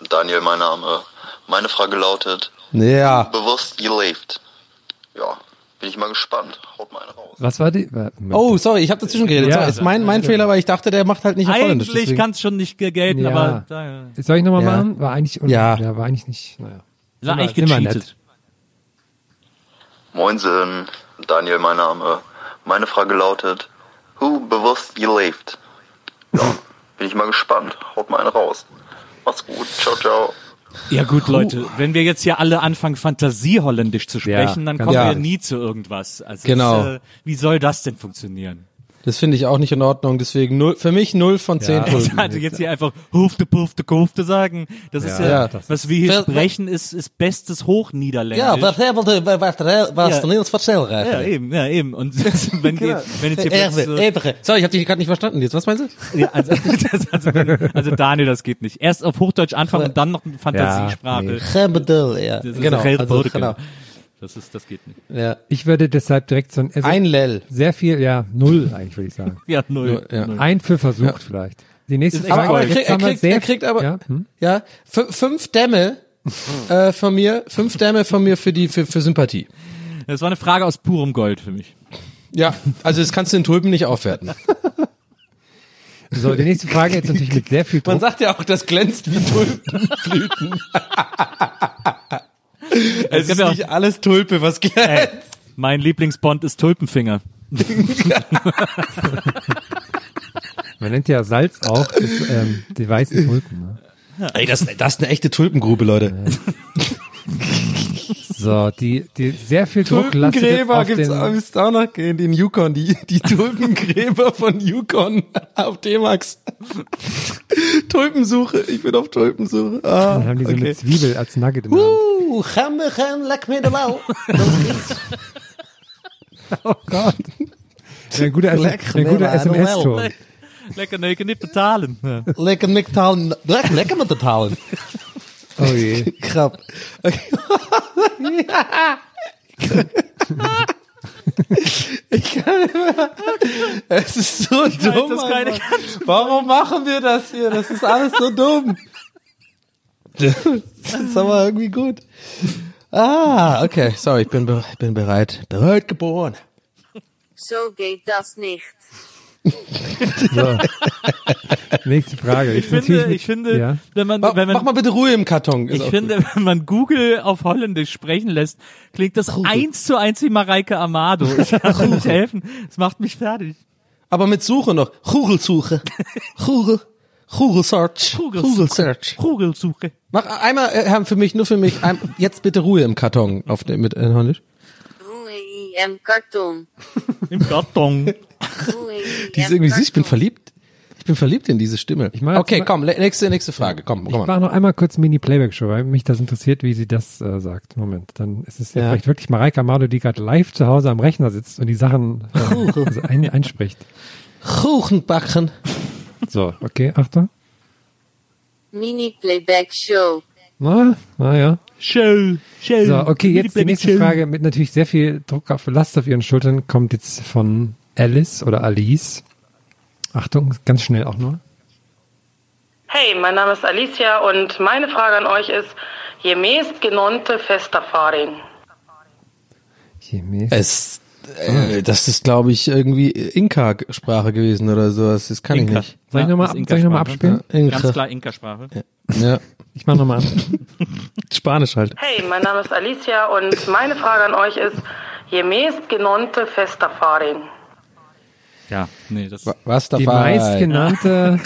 S7: Daniel mein Name. Meine Frage lautet,
S1: Ja.
S7: bewusst gelebt. Ja, bin ich mal gespannt. Haut mal einen raus.
S3: Was war die? warte, Moment.
S1: Oh, sorry, ich habe dazwischen geredet.
S3: Ja.
S1: Sorry, ist mein, mein Fehler, weil ich dachte, der macht halt nicht auf Holländisch.
S2: Eigentlich
S1: deswegen-
S2: kann es schon nicht ge- gelten,
S3: Ja.
S2: aber da,
S3: Soll ich nochmal
S1: Ja.
S3: machen? War eigentlich, un-
S1: Ja.
S3: ja. War eigentlich nicht, naja.
S2: war eigentlich
S3: immer
S2: gecheatet.
S7: Moinsen, Daniel mein Name. Meine Frage lautet, who bewusst gelebt. Ja, bin ich mal gespannt. Haut mal einen raus. Macht's gut. Ciao, ciao.
S2: Ja gut, Leute, wenn wir jetzt hier alle anfangen, Fantasie-Holländisch zu
S3: Ja,
S2: sprechen, dann
S3: ganz
S2: kommen wir
S1: ehrlich.
S2: nie zu irgendwas. Also
S1: Genau.
S2: es, äh, wie soll das denn funktionieren?
S1: Das finde ich auch nicht in Ordnung. Deswegen null, für mich 0 von 10 Tulpen.
S2: *laughs* Also jetzt hier einfach Hufte, Pufte, Kufte sagen, das ist ja,
S1: Ja,
S3: das
S2: was wir hier
S1: Wer-
S2: sprechen, ist, ist bestes Hochniederländisch.
S1: hebben we wat, was
S2: Ja.
S1: Nils vertellen
S2: ja, eben, ja, eben. Und *laughs* wenn,
S1: Genau.
S2: ihr- wenn
S1: Äh,
S2: jetzt hier plötzlich so-
S1: Sorry, ich habe dich gerade nicht verstanden. Jetzt, was meinst du?
S2: Ja, also, *laughs* das, also, wenn, also Daniel, das geht nicht. Erst auf Hochdeutsch anfangen und dann noch eine Fantasiesprache.
S3: nee.
S1: Gebedel, ja.
S2: Das
S1: Genau.
S2: ist Red
S1: Also,
S2: Brötchen.
S1: genau.
S2: Das ist, das geht nicht.
S1: Ja.
S3: Ich würde deshalb direkt so ein, also
S1: Ein Lell.
S3: sehr viel, ja, null eigentlich würde ich sagen.
S2: Ja, null.
S1: Ja.
S2: null.
S3: Ein für versucht vielleicht. Die nächste
S1: Aber,
S3: Frage.
S1: aber er,
S3: jetzt
S1: kriegt, er,
S3: haben wir
S1: kriegt,
S3: sehr-
S1: er kriegt aber,
S3: ja,
S1: ja,
S3: hm?
S1: fü- fünf Dämme äh, von mir, fünf Dämme von mir für die, für, für Sympathie.
S2: Das war eine Frage aus purem Gold für mich.
S1: Ja, also das kannst du in Tulpen nicht aufwerten.
S3: So, die nächste Frage jetzt natürlich mit sehr viel
S1: Man
S3: Druck.
S1: sagt ja auch, das glänzt wie Tulpenblüten. es
S2: gab
S1: ist
S2: ja auch-
S1: nicht alles Tulpe, was glänzt.
S2: Mein Lieblingsbond ist Tulpenfinger.
S3: Man nennt ja Salz auch das, ähm, die weißen Tulpen. Ne?
S1: Ey, das, das ist eine echte Tulpengrube, Leute.
S3: So, die, die sehr viel Druck lastet jetzt
S1: Tulpengräber
S3: auf
S1: gibt's auch,
S3: den,
S1: müsst auch noch in den Yukon, die, die Tulpengräber von Yukon auf D-Max. Tulpensuche, ich bin auf Tulpensuche. Ah,
S3: dann haben die so eine
S1: okay.
S3: Zwiebel als Nugget in der Hand.
S1: Uh, Hammerchen, leck mir den *laughs* Bauch.
S3: Oh Gott. Ja, Ein guter,
S1: Leck,
S3: ein guter
S1: Mela,
S3: SMS-Ton.
S2: Lecker, ne, nicht Oh betalen. Ja.
S1: Lecker mit Talen. Leck, lecker mit den Talen.
S3: Oh je.
S1: Krab. Okay. ich kann immer. Es ist so dumm.
S2: das keine
S1: einfach. Warum machen wir das hier? Das ist alles so dumm. Das ist aber irgendwie gut. Ah, okay. Sorry, ich bin, be- ich bin bereit. Bereit geboren.
S5: So geht das nicht.
S3: So. Nächste Frage.
S2: Ich finde, ich finde,
S3: Ja.
S2: wenn man,
S1: Ma-
S2: wenn
S1: Mach
S2: man,
S1: mal bitte Ruhe im Karton. Ist
S2: ich
S1: auch
S2: finde, wenn man Google auf Holländisch sprechen lässt, klingt das eins zu eins wie Mareike Amado. Ich kann dir nicht helfen. Das macht mich fertig.
S1: Aber mit Suche noch. Google Suche. Google. Google Search.
S2: Google
S1: Google Search.
S2: Kugelsuche.
S1: Mach einmal, äh, Herr, für mich, nur für mich, ein, jetzt bitte Ruhe im Karton auf dem, mit äh, Holländisch.
S5: Ruhe i im Karton.
S2: Im Karton.
S5: Ruhe i
S1: Die ist
S5: im
S1: irgendwie süß, ich bin
S5: Karton.
S1: verliebt. Ich bin verliebt in diese Stimme.
S3: mach jetzt
S1: okay,
S3: mal-
S1: komm, le- nächste, nächste Frage. Komm, komm
S3: Ich
S1: mal.
S3: mache noch einmal kurz Mini-Playback-Show, weil mich das interessiert, wie sie das äh, sagt. Moment, dann ist es ja,
S1: Ja.
S3: vielleicht wirklich Mareike Amado, die gerade live zu Hause am Rechner sitzt und die Sachen äh, also ein, einspricht.
S1: Kuchenbacken.
S3: So, okay, Achtung.
S5: Mini-Playback-Show.
S3: Na, naja.
S2: Schön, schön.
S3: So, okay, jetzt die nächste Frage mit natürlich sehr viel Druck auf Last auf ihren Schultern kommt jetzt von Alice oder Alice. Achtung, ganz schnell auch nur.
S8: Hey, mein Name ist Alicia und meine Frage an euch ist, je meest genannte Festerfarin.
S3: Gemäß.
S1: Es, äh, das ist, glaube ich, irgendwie Inka-Sprache gewesen oder sowas. Das kann ich nicht.
S3: Soll ich nochmal
S2: ist
S3: ab, soll ich noch mal
S2: Inka-Sprache.
S1: ne?
S3: abspielen?
S2: Ganz
S1: Inka.
S2: klar Inka-Sprache.
S1: Ja.
S3: Ich mach nochmal an.
S1: Spanisch halt.
S8: Hey, mein Name ist Alicia und meine Frage an euch ist, je meest genannte Festerfarin.
S2: Ja, nee, das.
S1: Was *laughs*
S3: Die meistgenannte,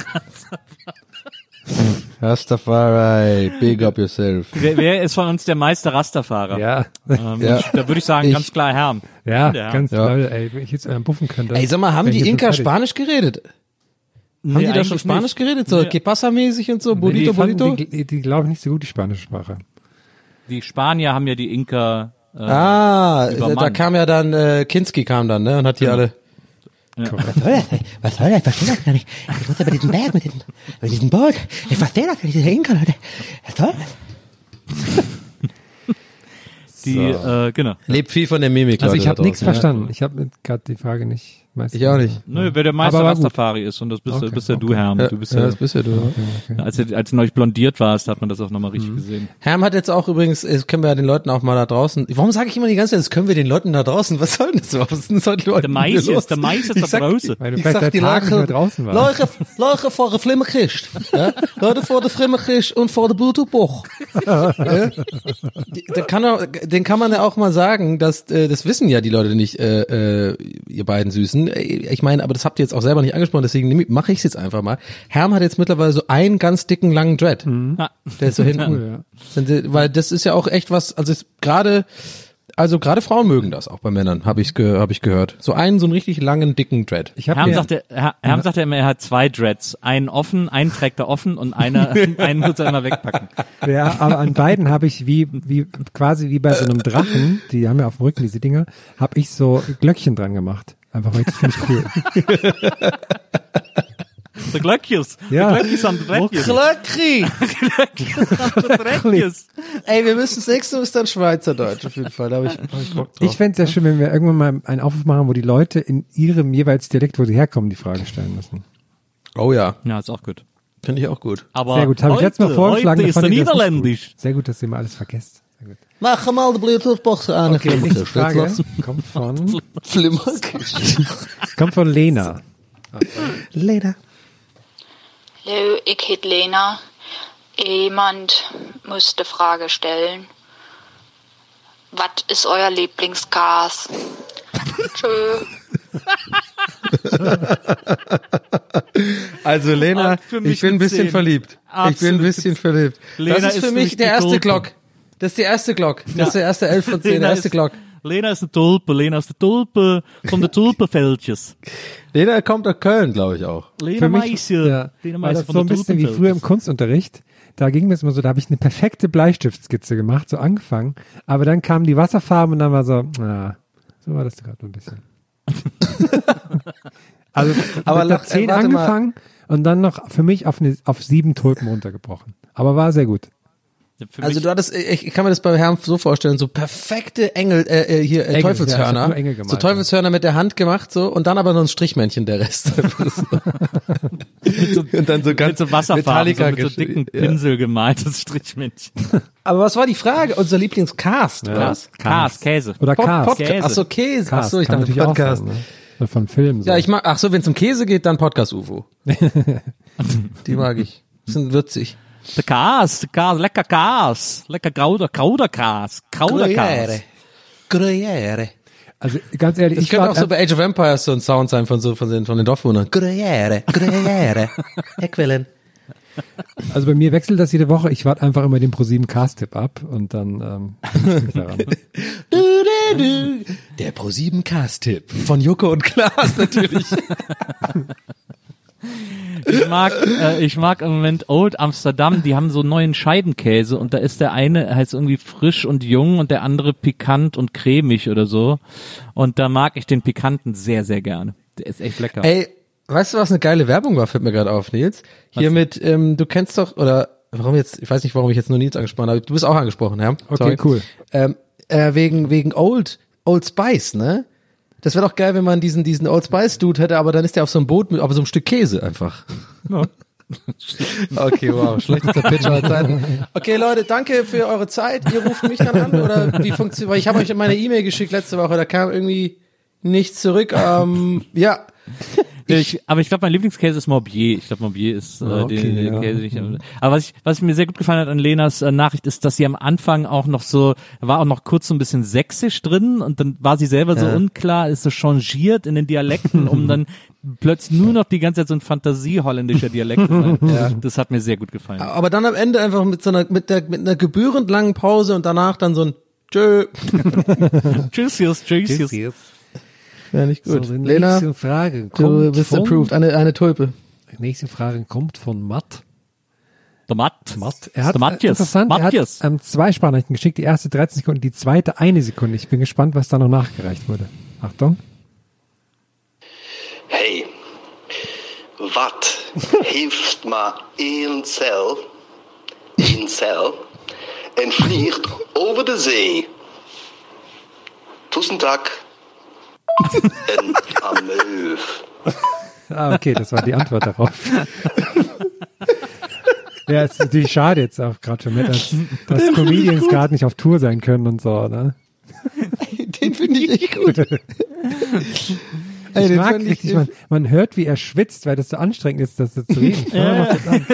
S1: Rastafari, big up yourself.
S2: Wer, wer ist von uns der Meister Rasterfahrer?
S3: ja,
S2: Ähm,
S1: Ja.
S2: Da würde ich sagen,
S1: Ich-
S2: ganz klar Herm.
S3: ja,
S2: Ja.
S3: ganz
S1: Ja.
S3: toll, ey, wenn ich jetzt einen puffen könnte.
S1: Ey, sag mal, haben
S3: Wenn
S1: die
S3: ich jetzt
S1: Inka
S3: fertig-
S1: Spanisch geredet? Haben
S2: Nee,
S1: die da schon
S2: eigentlich
S1: Spanisch
S2: nicht.
S1: geredet? So,
S2: Nee.
S1: que pasa mäßig und so,
S3: Nee,
S1: bonito,
S3: die fanden
S1: bonito?
S3: Die, die, die glauben nicht so gut die spanische Sprache.
S2: die Spanier haben ja die Inka. Äh,
S1: Ah, da,
S2: übermannt.
S1: da kam ja dann, äh, Kinski kam dann, ne, und hat die alle,
S9: Was soll das? Was soll das? Ich verstehe das gar nicht. Ich muss über diesen Berg mit diesem, über diesen Burg. Ich verstehe das gar nicht, diese Inka, Leute. Was soll das?
S2: die, äh, genau.
S1: lebt viel von der Mimik,
S3: Also
S1: Leute,
S3: ich
S1: da
S3: habe nichts
S1: draußen, ja.
S3: verstanden. Ich habe gerade die Frage nicht. meistens.
S1: Ich auch nicht.
S2: Nö, wer der Meister
S3: Aber war gut.
S2: Rastafari ist und das bist,
S3: Okay,
S2: bist ja du,
S3: okay.
S2: Herm.
S1: Ja,
S2: Du bist
S1: ja,
S2: ja,
S1: das bist ja du.
S2: als, du- als du neulich blondiert warst, hat man das auch nochmal richtig
S3: Mhm. *laughs*
S2: gesehen.
S1: Herm hat jetzt auch übrigens, äh, das können wir ja den Leuten auch mal da draußen, warum sage ich immer die ganze Zeit, das können wir den Leuten da draußen, was soll denn das überhaupt? Was ist denn das heute Leute?
S2: Der Mais ist- der Mais ist da draußen.
S3: Weil du vielleicht seit Tagen nicht mehr draußen warst.
S1: Leute, Leute vor der Flimmerkist. Ja? Leute vor der Flimmerkist und vor der Bluetooth-Boch. ja? Die- da kann er, den kann man ja auch mal sagen, dass äh, das wissen ja die Leute nicht, äh, äh, ihr beiden Süßen. Äh, Ich meine, aber das habt ihr jetzt auch selber nicht angesprochen, deswegen mache ich es jetzt einfach mal. Herm hat jetzt mittlerweile so einen ganz dicken langen Dread.
S3: Mhm.
S2: Ah,
S1: Der ist so hinten. Sind die- Weil das ist ja auch echt was, also es- gerade, also gerade Frauen mögen das auch bei Männern, habe ich, ge, hab ich gehört. So einen, so einen richtig langen, dicken Dread.
S3: Ich habe
S2: Herm
S3: mir,
S2: sagte, Her- Herm sagte immer, er hat zwei Dreads. Einen offen, einen trägt er offen und einer,
S3: *laughs*
S2: *laughs* einen muss er immer wegpacken.
S3: ja, aber an beiden habe ich wie, wie quasi wie bei so einem Drachen, die haben ja auf dem Rücken diese Dinger, habe ich so Glöckchen dran gemacht. Einfach weil ich das finde ich cool.
S2: The Glöckjes.
S3: Ja.
S2: The Glöckjes am Dreadjes.
S1: Glöckri!
S2: The Dreadjes.
S1: Ey, wir müssen das nächste Mal ist dann Schweizerdeutsch auf jeden Fall. Da habe ich, hab ich Bock drauf.
S3: Ich fänd's ja schön, wenn wir irgendwann mal einen Aufruf machen, wo die Leute in ihrem jeweils Dialekt, wo sie herkommen, die Frage stellen müssen.
S1: oh ja,
S2: Ja, ist auch gut.
S1: finde ich auch gut.
S2: Aber
S3: Sehr gut, habe ich
S2: Ah, heute,
S3: letztes Mal vorgeschlagen.
S2: Heute
S3: da
S2: ist
S3: fand
S2: er
S3: ihr das nicht gut.
S2: niederländisch.
S3: Sehr gut, dass du immer alles vergesst. Sehr gut.
S1: Mach mal die Bluetooth-Box an.
S3: Okay, nächste Frage kommt von,
S1: Flimmerkist.
S3: kommt von Lena.
S1: Lena.
S10: Hallo, ich heet Lena. Jemand muss die Frage stellen. Was ist euer Lieblingscars? Tschö.
S1: Also Lena,
S2: Ah, für mich
S1: ich bin ein
S2: eine
S1: bisschen
S2: 10.
S1: verliebt. Ich bin ein
S2: Absolut.
S1: bisschen verliebt.
S2: Lena
S1: das ist für
S2: ist
S1: mich
S2: nicht
S1: der
S2: die
S1: erste
S2: Tulpe.
S1: Glock. Das ist die erste Glock. Das ist der erste Elf von zehn, der erste
S2: ist,
S1: Glock.
S2: Lena ist eine Tulpe. Lena ist eine Tulpe
S3: *laughs*
S2: von den Tulpenfältjes.
S1: Lena kommt aus Köln, glaube ich auch.
S2: Lena Meisje.
S3: ja,
S2: Lena
S3: war
S2: Meisje
S3: das
S2: von
S3: so ein
S2: den
S3: bisschen wie
S2: Tulpenfältjes.
S3: früher im Kunstunterricht. Da ging das immer so, da habe ich eine perfekte Bleistiftskizze gemacht, so angefangen. Aber dann kamen die Wasserfarben und dann war so, na, so war das gerade so
S1: *laughs*
S3: ein bisschen. also
S1: Aber
S3: aber mit der
S1: lach- äh,
S3: 10
S1: warte mal.
S3: angefangen und dann noch für mich auf, eine, auf sieben Tulpen runtergebrochen. Aber war sehr gut.
S2: Für
S1: Also
S2: mich-
S1: du hattest, ich, ich kann mir das bei Herrn so vorstellen, so perfekte Engel, äh, äh, hier, äh,
S3: Engel, ja, ich
S1: Teufelshörner.
S3: hab nur Engel gemalt,
S1: so Teufelshörner mit der Hand gemacht, so, und dann aber noch ein Strichmännchen, der
S3: *laughs*
S1: Rest. und dann so
S2: mit so Wasserfarben, so mit so
S1: gesch-
S2: dicken
S1: ja.
S2: Pinsel gemaltes Strichmännchen.
S1: Aber was war die Frage? Unser Lieblingscast, ja. was?
S2: Kas, Käse.
S3: Oder
S1: Pod-
S3: Cars.
S1: Podcast.
S2: Käse.
S1: Ach so, Käse. Ach
S3: Cars
S1: so, ich
S3: kann
S1: dachte
S3: natürlich auch
S1: Podcast.
S3: sein, ne? Oder Von Filmen. So.
S1: Ja, ich mag, ach so, wenn es um Käse geht, dann Podcast
S3: *laughs*
S1: UFO. die mag ich. Sind würzig.
S2: Der Kas, der Kas, lecker Kas, lecker Gouda, Kauderkas, Kauderkas.
S1: Gruyere.
S3: also ganz ehrlich,
S1: Das
S3: ich
S1: könnte
S3: war
S1: auch so bei Age of Empires so ein Sound sein von so von den, von den Dorfbewohnern. Gruyere, *laughs* Gruyere, Equilin.
S3: Also bei mir wechselt das jede Woche. Ich warte einfach immer den Pro7 Cast-Tipp ab und dann ähm, bin
S1: *laughs*
S3: ich daran.
S1: Du, du, du. Der Pro7 Cast-Tipp von Joko und Klaas *laughs* natürlich.
S2: Ich mag, äh, ich mag im Moment Old Amsterdam, die haben so neuen Scheibenkäse und da ist der eine heißt irgendwie frisch und jung und der andere pikant und cremig oder so. Und da mag ich den pikanten sehr, sehr gerne. Der ist echt lecker.
S1: Ey, weißt du, was eine geile Werbung war, fällt mir gerade auf, Nils? Hier mit, ähm, du kennst doch, oder warum jetzt, ich weiß nicht, warum ich jetzt nur Nils angesprochen habe, du bist auch angesprochen, ja? Okay,
S3: cool.
S1: Ähm, äh, wegen, wegen Old, Old Spice, ne? Das wäre doch geil, wenn man diesen, diesen Old Spice Dude hätte, aber dann ist der auf so einem Boot mit, auf so einem Stück Käse einfach. Okay, wow, schlechtester Pitch aller Zeiten. Okay, Leute, danke für eure Zeit. Ihr ruft mich dann an oder wie funktioniert? Weil ich habe euch meine E-Mail geschickt letzte Woche, da kam irgendwie nichts zurück. Ähm, ja,
S2: Ich, aber ich glaube, mein Lieblingskäse ist Morbier. Ich glaube, Morbier ist äh,
S3: Ah, okay,
S2: den, den
S3: ja.
S2: Käse, den ich, Aber was ich, was mir sehr gut gefallen hat an Lenas äh, Nachricht, ist, dass sie am Anfang auch noch so, war auch noch kurz so ein bisschen sächsisch drin und dann war sie selber so unklar, ist so changiert in den Dialekten, um
S3: *laughs*
S2: dann plötzlich nur noch die ganze Zeit so ein fantasieholländischer Dialekt zu sein. Das hat mir sehr gut
S3: Ah,
S2: gefallen.
S1: aber dann am Ende einfach mit so einer, mit der, mit einer gebührend langen Pause und danach dann so ein Tschö.
S2: Tschüssius, tschüssius.
S1: Ja, nicht gut.
S3: *laughs* So, die
S1: Lena,
S3: nächste Frage kommt
S1: du bist
S3: von,
S1: approved. Eine, eine Tulpe.
S3: Nächste Frage kommt von Matt.
S2: Der Matt.
S3: Matt. Er hat,
S2: der
S3: äh,
S2: Matthias.
S3: Interessant,
S2: Matthias.
S3: er hat ähm, zwei Sprachnachrichten geschickt, die erste 13 Sekunden, die zweite eine Sekunde. Ich bin gespannt, was da noch nachgereicht wurde. Achtung.
S11: Hey, wat heeft maar één cel, één cel, en vliegt over de zee? Tussendag en ameuf.
S3: Ah, okay, das war die
S1: *laughs*
S3: Antwort darauf. ja, ist natürlich schade jetzt auch gerade schon mit, dass, dass
S1: Den finde ich
S3: Comedians
S1: gut.
S3: gerade nicht auf Tour sein können und so, ne?
S1: Den finde ich echt
S3: *laughs*
S1: gut.
S3: ich
S1: den
S3: mag
S1: fand ich-
S3: richtig, man, man hört, wie er schwitzt, weil das so anstrengend ist, das so zu reden.
S1: Ja,
S3: Mach das an.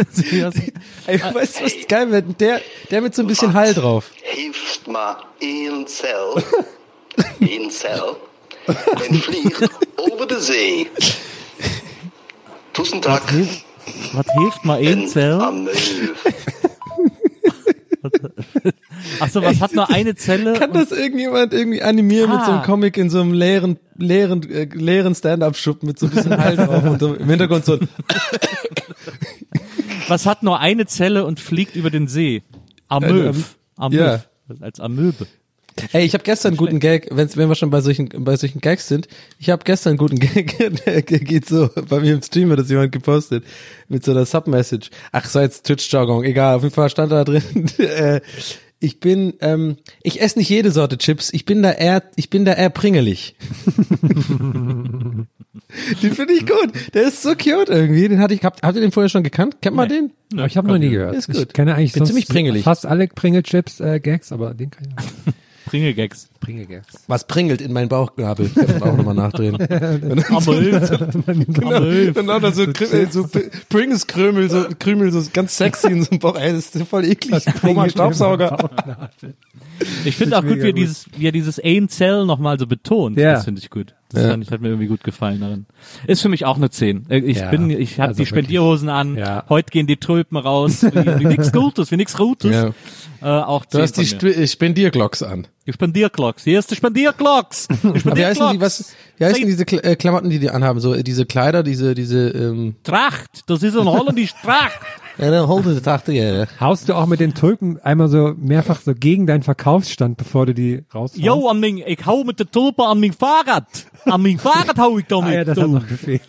S1: *laughs* Ey, weißt du, was geil wäre? Der, der mit so ein
S3: Ah.
S1: bisschen Hall drauf.
S11: Heeft maar één cel, één cel, en vliegt over de zee. Tussendag
S2: Was hilft mal Einzel?
S11: ameuf.
S3: *laughs*
S2: Achso, was hat nur eine Zelle?
S1: Kann das irgendjemand irgendwie animieren mit so einem
S2: Ah.
S1: Comic in so einem leeren, leeren, äh, leeren Stand-up-Schuppen mit so ein bisschen Hall drauf und so im Hintergrund so ein
S2: Was hat nur eine Zelle und fliegt über den See? Amöb.
S1: Am-
S2: Amöb.
S1: ja.
S2: Als Amöbe.
S1: Ey, ich habe gestern einen guten Gag, wenn's, wenn wir schon bei solchen, bei solchen Gags sind. Ich habe gestern einen guten *laughs* Gag, der geht so, bei mir im Stream hat das jemand gepostet, mit so einer Submessage. Ach, so jetzt Twitch-Jargon, egal, auf jeden Fall stand da drin, *laughs* äh, ich bin, ähm, ich esse nicht jede Sorte Chips, ich bin da eher, ich bin da eher pringelig. *laughs* den finde ich gut, der ist so cute irgendwie, den hatte ich, habt, habt ihr den vorher schon gekannt? Kennt man den?
S3: Aber ich habe noch nie gehört.
S1: Ist gut.
S3: Ich kenne eigentlich
S1: Bin
S3: sonst
S1: ziemlich pringelig.
S3: fast alle Pringel-Chips-Gags, aber den kann ich auch.
S1: *laughs*
S2: Pringelgags.
S3: Pringel-Gags.
S1: Was pringelt in meinen Bauchnabel? Kann man auch nochmal nachdrehen. *laughs* genau, dann hat er *laughs* so, Krim- äh, so P- Pringles-Krümel, so, Krümel, so ganz sexy in so einem Bauch. Ey, das ist voll eklig. Oma Staubsauger.
S2: Ich finde auch
S1: mega
S2: gut, wie er
S1: gut.
S2: dieses, wie er dieses Einzel nochmal so betont.
S1: Ja.
S2: Das finde ich gut. Das
S1: Ja.
S2: fand ich, hat mir irgendwie gut gefallen darin. Ist für mich auch eine 10. Äh, Ich
S1: Ja.
S2: bin, ich habe
S1: Also
S2: die Spendierhosen an. Heute gehen die Tröpen raus. Wie,
S1: *laughs*
S2: wie nix Gutes, wie nix Gutes.
S1: Ja.
S2: Äh, auch 10
S1: Du hast die
S2: von mir.
S1: Sp- äh, Spendierglocks an.
S2: die Spendierglocks. Hier ist die Spendierglocks. Die
S1: *laughs* Aber wie heißen, die,
S2: Spendierglocks.
S1: was, wie heißen diese Kle- äh, Klamotten, die die anhaben? So, äh, diese Kleider, diese, diese, ähm,
S2: Tracht. Das ist ein holländische Tracht.
S1: ja, dann hol diese Tracht, ja.
S3: Haust du auch mit den Tulpen einmal so mehrfach so gegen deinen Verkaufsstand, bevor du die raushaust?
S2: Jo, an mijn, ik hou met de tulpen aan mijn Fahrrad. Aan mijn Fahrrad hou ik dan
S3: ah,
S2: niet.
S3: ja, das hat noch gefehlt.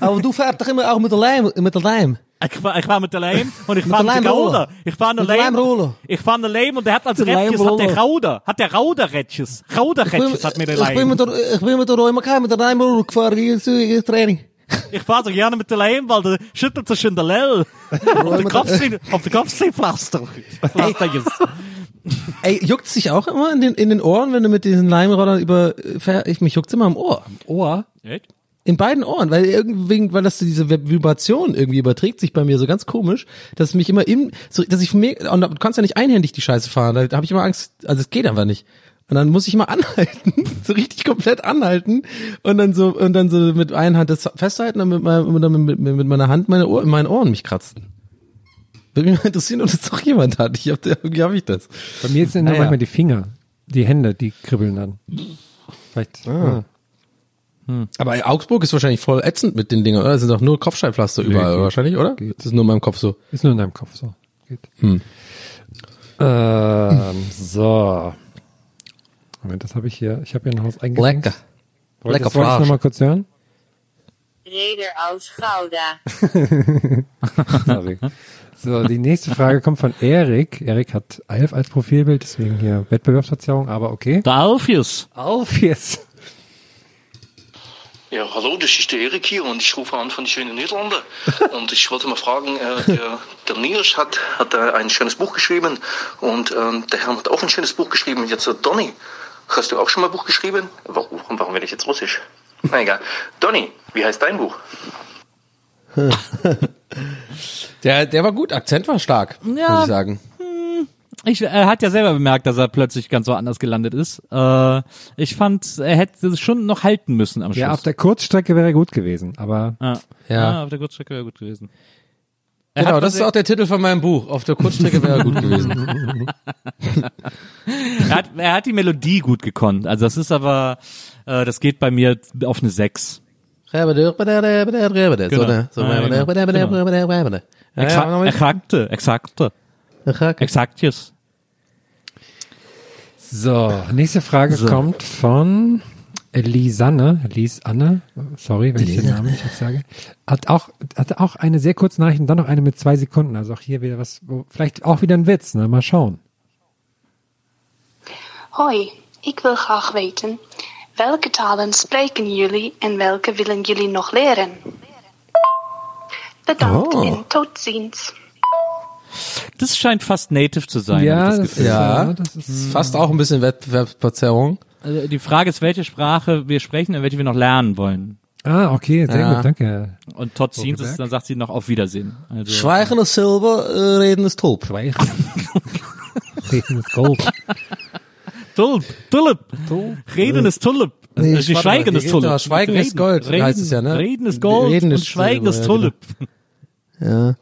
S1: Aber du fährst doch immer auch mit der Leim, mit der Leim.
S2: Ik ga, ik ga met de lijm, want ik
S1: Met
S2: ga
S1: de
S2: met de
S1: lijm rollen.
S2: gouden. Ik ga met
S1: Met
S2: de
S1: de lijm rollen.
S2: lijm. Ik ga met de lijm, want hij had als
S1: Met de lijm
S2: redjes, had hij
S1: rollen.
S2: gouden. Had hij gouden redjes. Gouden redjes had met de
S1: Ich bin
S2: lijm.
S1: mit der, ich bin mit der Roy Mackay, mit der Leim gefahren, hier zu, hier Training.
S2: Ik ga toch gerne met de lijm, want de schuttelt ze in de lel. Op de kopsteen, op de kopsteen pflaster. Pflastertjes.
S1: Ey, juckt's dich auch immer in den, in den Ohren, wenn du mit diesen Leimrollern über, äh, fähr- ich, mich juckt's immer am Ohr. Am Ohr?
S2: Echt?
S1: In beiden Ohren, weil irgendwie, weil das diese Vibration irgendwie überträgt sich bei mir so ganz komisch, dass mich immer im, so, dass ich mir, und du kannst ja nicht einhändig die Scheiße fahren, da habe ich immer Angst, also es geht einfach nicht. Und dann muss ich immer *laughs* anhalten, so richtig komplett anhalten und dann so, und dann so mit einer Hand das festhalten und mit, meinem, und dann mit, mit, mit meiner Hand meine Ohr, in meinen Ohren mich kratzen. Würde mich mal interessieren, ob das doch jemand hat. Ich hab, irgendwie habe ich das.
S3: Bei mir sind nur
S1: Ah, ja.
S3: manchmal die Finger, die Hände, die kribbeln dann. Vielleicht.
S1: Ah. Aber Augsburg ist wahrscheinlich voll ätzend mit den Dingern, oder? Das sind doch nur Kopfsteinpflaster überall,
S3: geht.
S1: wahrscheinlich, oder?
S3: Geht.
S1: Das ist nur in meinem Kopf so.
S3: Ist nur in deinem Kopf so. Geht.
S1: Hm.
S3: Ähm, so. Moment, das habe ich hier. Ich habe hier ein Haus eingeladen.
S1: Lecker.
S3: Wollt-
S1: Lecker
S3: das Wollte ich
S1: Fleisch.
S3: nochmal kurz hören?
S1: *laughs*
S5: Reder aus Gouda.
S3: Sorry. So, die nächste Frage kommt von Erik. Erik hat Alf als Profilbild, deswegen hier Wettbewerbsverzerrung, aber okay.
S2: De alfjes.
S3: Alf jetzt.
S12: Ja, hallo, das ist der Erik hier und ich rufe an von den schönen
S11: *laughs*
S12: Niederlanden. Und ich wollte mal fragen, äh, der, der Nils hat, hat äh, ein schönes Buch geschrieben und ähm, der Herr hat auch ein schönes Buch geschrieben. Jetzt, äh, Donny, hast du auch schon mal ein Buch geschrieben? Warum, warum werde ich jetzt russisch? Na egal. Donny, wie heißt dein Buch?
S1: der, der war gut, Akzent war stark,
S2: Ja.
S1: muss ich sagen.
S2: Ich, er hat ja eh, selber bemerkt, dass er plötzlich ganz woanders gelandet ist. Äh, ich fand, er hätte es schon noch halten müssen am Schluss.
S3: Ja, auf der Kurzstrecke wäre gut gewesen, aber
S2: Ja.
S1: Ja.
S2: Ah, auf der Kurzstrecke wäre gut gewesen. Er
S1: Genau,
S2: hat also Genau.
S1: das
S2: was-
S1: ist auch der Titel von meinem Buch. Auf der Kurzstrecke wäre er
S2: *laughs*
S1: gut gewesen.
S2: er, hat, er hat die Melodie gut gekonnt. Also das ist aber, äh, das geht bei mir auf eine 6.
S1: So eine, so ne?
S2: Ja, genau.
S1: eine-
S2: Exa exakte, exakte. Exaktjes.
S3: So, nächste Frage
S2: So.
S3: kommt von Lisanne, Lisanne, sorry, wenn ich den
S2: Lisanne.
S3: Namen nicht jetzt sage, hat auch, hatte auch eine sehr kurze Nachricht und dann noch eine mit zwei Sekunden, also auch hier wieder was, wo, vielleicht auch wieder ein Witz, ne? mal schauen.
S13: Hoi, ik wil graag weten, welke talen spreken jullie en welke willen jullie nog leren? Bedankt
S2: Oh.
S13: en tot ziens.
S2: Das scheint fast native zu sein.
S1: Ja,
S2: hab ich
S1: das ist-
S2: Gefühl.
S1: ja, das ist fast auch ein bisschen Wettbewerbsverzerrung.
S2: Also die Frage ist, welche Sprache wir sprechen und welche wir noch lernen wollen.
S3: Ah, okay, sehr
S1: Ja.
S3: gut, danke.
S2: Und Todd Ziens
S3: Vogelberg.
S2: ist, dann sagt sie noch auf Wiedersehen. Also,
S1: Schweigen ist Silber, äh, Reden ist Tulp.
S3: Reden ist Gold.
S2: Tulp, Tulip. Reden ist Tulip.
S1: Nee,
S2: Äh,
S1: ich- warte
S2: die
S1: mal,
S2: Schweigen
S1: die
S2: ist
S1: geht
S2: Tulip.
S1: doch, Schweigen ist
S2: Reden-
S1: Gold,
S2: Reden,
S1: heißt es ja, ne?
S2: Reden ist Gold
S1: Reden
S2: und
S1: ist
S2: Schweigen
S1: Silber,
S2: ist
S1: ja, genau.
S2: Tulip.
S1: Ja.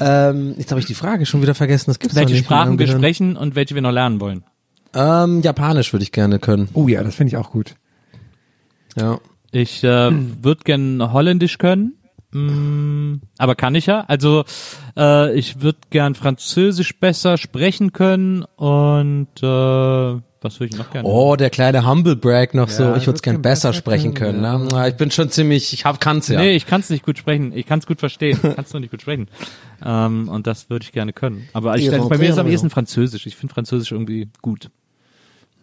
S1: Ähm, jetzt habe ich die Frage schon wieder vergessen. Das gibt's doch
S2: Welche
S1: nicht.
S2: Sprachen wir
S1: Genau.
S2: sprechen und welche wir noch lernen wollen.
S1: Ähm, Japanisch würde ich gerne können.
S3: Oh ja, das finde ich auch gut.
S1: Ja.
S2: Ich äh, würde gern Holländisch können, mm, aber kann ich ja. Also äh, ich würde gern Französisch besser sprechen können und äh, was würde ich noch gerne?
S1: Oh, der kleine Humble Brag noch so.
S2: Ja,
S1: Ich würde es gern besser sprechen können. ne?
S2: äh,
S1: Na, Ich bin schon ziemlich, ich hab, kann's ja.
S2: Nee, ich kann es nicht gut sprechen. Ich kann es gut verstehen. Ich kann es nur nicht
S1: *laughs*
S2: gut sprechen. Ähm, und das würde ich gerne können. Aber ich,
S1: Ihre
S2: bei mir ist am
S1: Meinung.
S2: ehesten Französisch. Ich finde Französisch irgendwie gut.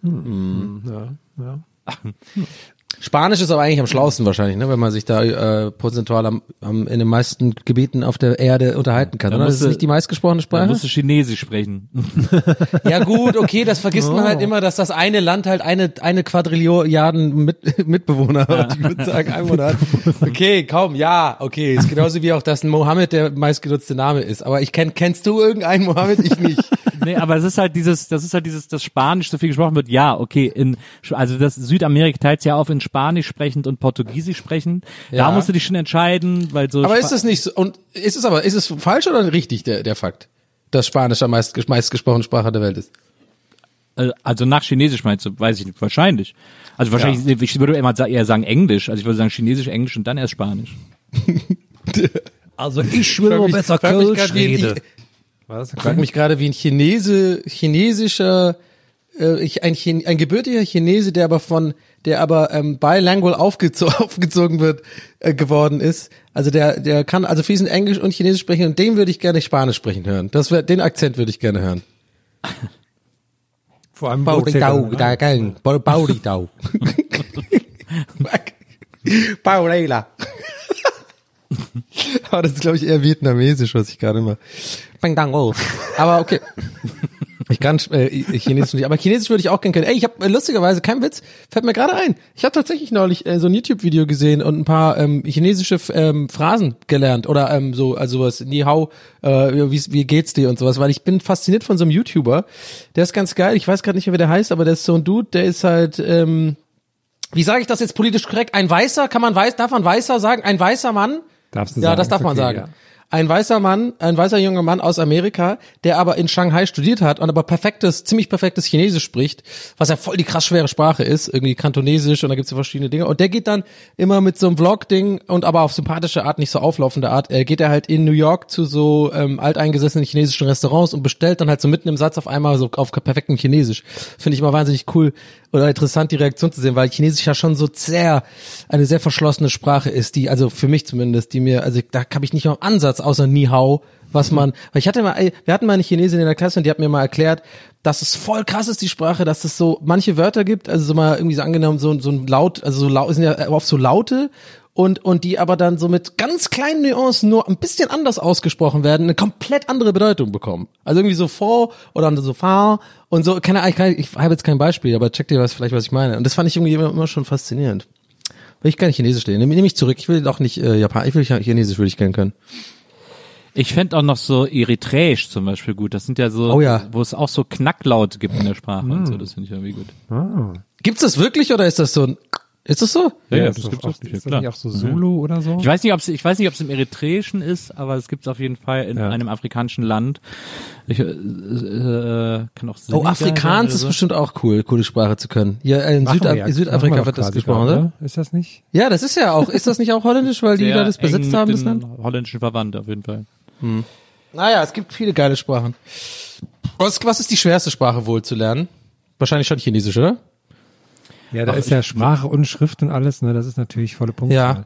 S1: Hm.
S3: Ja, ja.
S1: Spanisch ist aber eigentlich am schlausten wahrscheinlich, ne? wenn man sich da äh, prozentual am, am, in den meisten Gebieten auf der Erde unterhalten kann.
S2: Da
S1: Oder? Das
S2: musst
S1: ist
S2: du-
S1: nicht die meistgesprochene
S2: Man
S1: Sprache.
S2: musste Chinesisch sprechen.
S1: Ja gut, okay, das vergisst man
S2: Oh.
S1: halt immer, dass das eine Land halt eine, eine Quadrilliarden mit, *laughs* Mitbewohner hat. Ich würde sagen, Einwohner
S2: *laughs*
S1: hat. Okay, kaum, ja, okay. Ist genauso wie auch, dass ein Mohammed der meistgenutzte Name ist. Aber ich kenn, kennst du irgendeinen Mohammed? Ich nicht.
S2: *laughs* nee, aber es ist halt dieses, das ist halt dieses, dass Spanisch so viel gesprochen wird. Ja, okay, in, also das Südamerika teilt ja auf in Spanisch sprechend und Portugiesisch sprechend. Da
S1: Ja.
S2: musst du dich schon entscheiden, weil so.
S1: aber
S2: Spa-
S1: ist das nicht so, und ist es aber, ist es falsch oder richtig, der, der Fakt? Dass Spanisch am meist, meistgesprochene Sprache der Welt ist.
S2: Äh, Also nach Chinesisch meinst du, weiß ich nicht, wahrscheinlich. Also wahrscheinlich, ich würde immer sa- eher sagen Englisch. Also ich würde sagen Chinesisch, Englisch und dann erst Spanisch.
S14: Also ich will nur besser
S1: frag mich
S14: Kölsch
S1: grad, wie-
S14: reden.
S3: Was?
S1: Ich frag mich gerade, wie ein Chinese, chinesischer, äh, ich, ein, Chin- ein gebürtiger Chinese, der aber von, der aber ähm, bilingual aufgezo *laughs* aufgezogen wird, äh, geworden ist. Also der, der kann also fließend Englisch und Chinesisch sprechen und den würde ich gerne Spanisch sprechen hören. Das wär, den Akzent würde ich gerne hören.
S3: Vor allem
S1: Bauridau, da gang, Bau- *laughs* Bauridau. Baureila. *laughs* Aber das ist, glaube ich, eher vietnamesisch, was ich gerade immer. Bang dang oh. Aber okay. Ich kann äh, Chinesisch nicht, aber Chinesisch würde ich auch gerne können. Ey, ich habe äh, lustigerweise, kein Witz, fällt mir gerade ein. Ich habe tatsächlich neulich äh, so ein YouTube-Video gesehen und ein paar ähm, chinesische f- ähm, Phrasen gelernt oder ähm, so, also was, Ni Hao, äh, wie, wie geht's dir und sowas, weil ich bin fasziniert von so einem YouTuber. Der ist ganz geil, ich weiß gerade nicht mehr, wie der heißt, aber der ist so ein Dude, der ist halt, ähm, wie sage ich das jetzt politisch korrekt? Ein Weißer, kann man weiß, darf man Weißer sagen? Ein weißer Mann?
S3: Darfst du
S1: ja,
S3: sagen,
S1: das darf
S3: ist
S1: man
S3: okay,
S1: sagen.
S3: ja.
S1: Ein weißer Mann, ein weißer junger Mann aus Amerika, der aber in Shanghai studiert hat und aber perfektes, ziemlich perfektes Chinesisch spricht, was ja voll die krass schwere Sprache ist, irgendwie Kantonesisch und da gibt's ja verschiedene Dinge. Und der geht dann immer mit so einem Vlog-Ding und aber auf sympathische Art, nicht so auflaufende Art, äh, geht er halt in New York zu so ähm, alteingesessenen chinesischen Restaurants und bestellt dann halt so mitten im Satz auf einmal so auf perfektem Chinesisch. Finde ich immer wahnsinnig cool oder interessant, die Reaktion zu sehen, weil Chinesisch ja schon so sehr eine sehr verschlossene Sprache ist, die, also für mich zumindest, die mir, also da habe ich nicht mal einen Ansatz außer Ni Hao, was man, weil ich hatte mal, ey, wir hatten mal eine Chinesin in der Klasse und die hat mir mal erklärt, dass es voll krass ist, die Sprache, dass es so manche Wörter gibt, also so mal irgendwie so angenommen, so, so ein Laut, also so laut, sind ja oft so Laute und, und die aber dann so mit ganz kleinen Nuancen nur ein bisschen anders ausgesprochen werden, eine komplett andere Bedeutung bekommen. Also irgendwie so vor oder so far und so, keine Ahnung, ich kann- ich habe jetzt kein Beispiel, aber check dir was vielleicht, was ich meine. Und das fand ich irgendwie immer, immer schon faszinierend. Will ich gerne Chinesisch lernen. Nehme nehm ich zurück. Ich will doch nicht äh, Japan. Ich will Chinesisch würde ich gerne können.
S2: Ich fänd auch noch so Eritreisch zum Beispiel gut. Das sind ja so,
S1: Oh ja.
S2: wo es auch Mm. so Knacklaute gibt in der Sprache und so. Das finde ich irgendwie gut.
S1: Gibt's das wirklich oder ist das so ein Ist das so?
S2: Ja, ja,
S3: ist
S2: das
S3: doch
S2: gibt's
S3: auch- Ist
S2: auch nicht, ja,
S3: das nicht
S2: klar. Mhm.
S3: auch so Solo oder so?
S2: Ich weiß nicht, ob ich weiß nicht, ob es im Eritreischen ist, aber es gibt es auf jeden Fall in einem afrikanischen Land. Ich äh, äh, kann auch
S1: Oh,
S2: Senegal sein
S1: Afrikaans
S2: oder
S1: ist
S2: so.
S1: bestimmt auch cool, coole Sprache zu können. Ja, äh, in
S2: also. Machen
S1: Süda
S2: wir ja-
S1: in
S2: machen wir
S1: Südafrika
S2: doch
S1: wird das
S2: quasi
S1: gesprochen,
S2: gerade,
S1: oder?
S3: Ist das nicht?
S1: Ja, das ist ja auch. Ist das nicht auch holländisch, weil die
S2: Sehr
S1: da das
S2: eng
S1: besetzt
S2: mit
S1: haben,
S2: den
S1: das Land?
S2: Holländischen Verwandt auf jeden Fall.
S1: Naja, es gibt viele geile Sprachen. Was, was ist die schwerste Sprache wohl zu lernen? Wahrscheinlich schon Chinesisch, oder?
S3: Ja, da ist ja Sprache und Schrift und alles, ne? Das ist natürlich volle Punkte.
S1: Ja.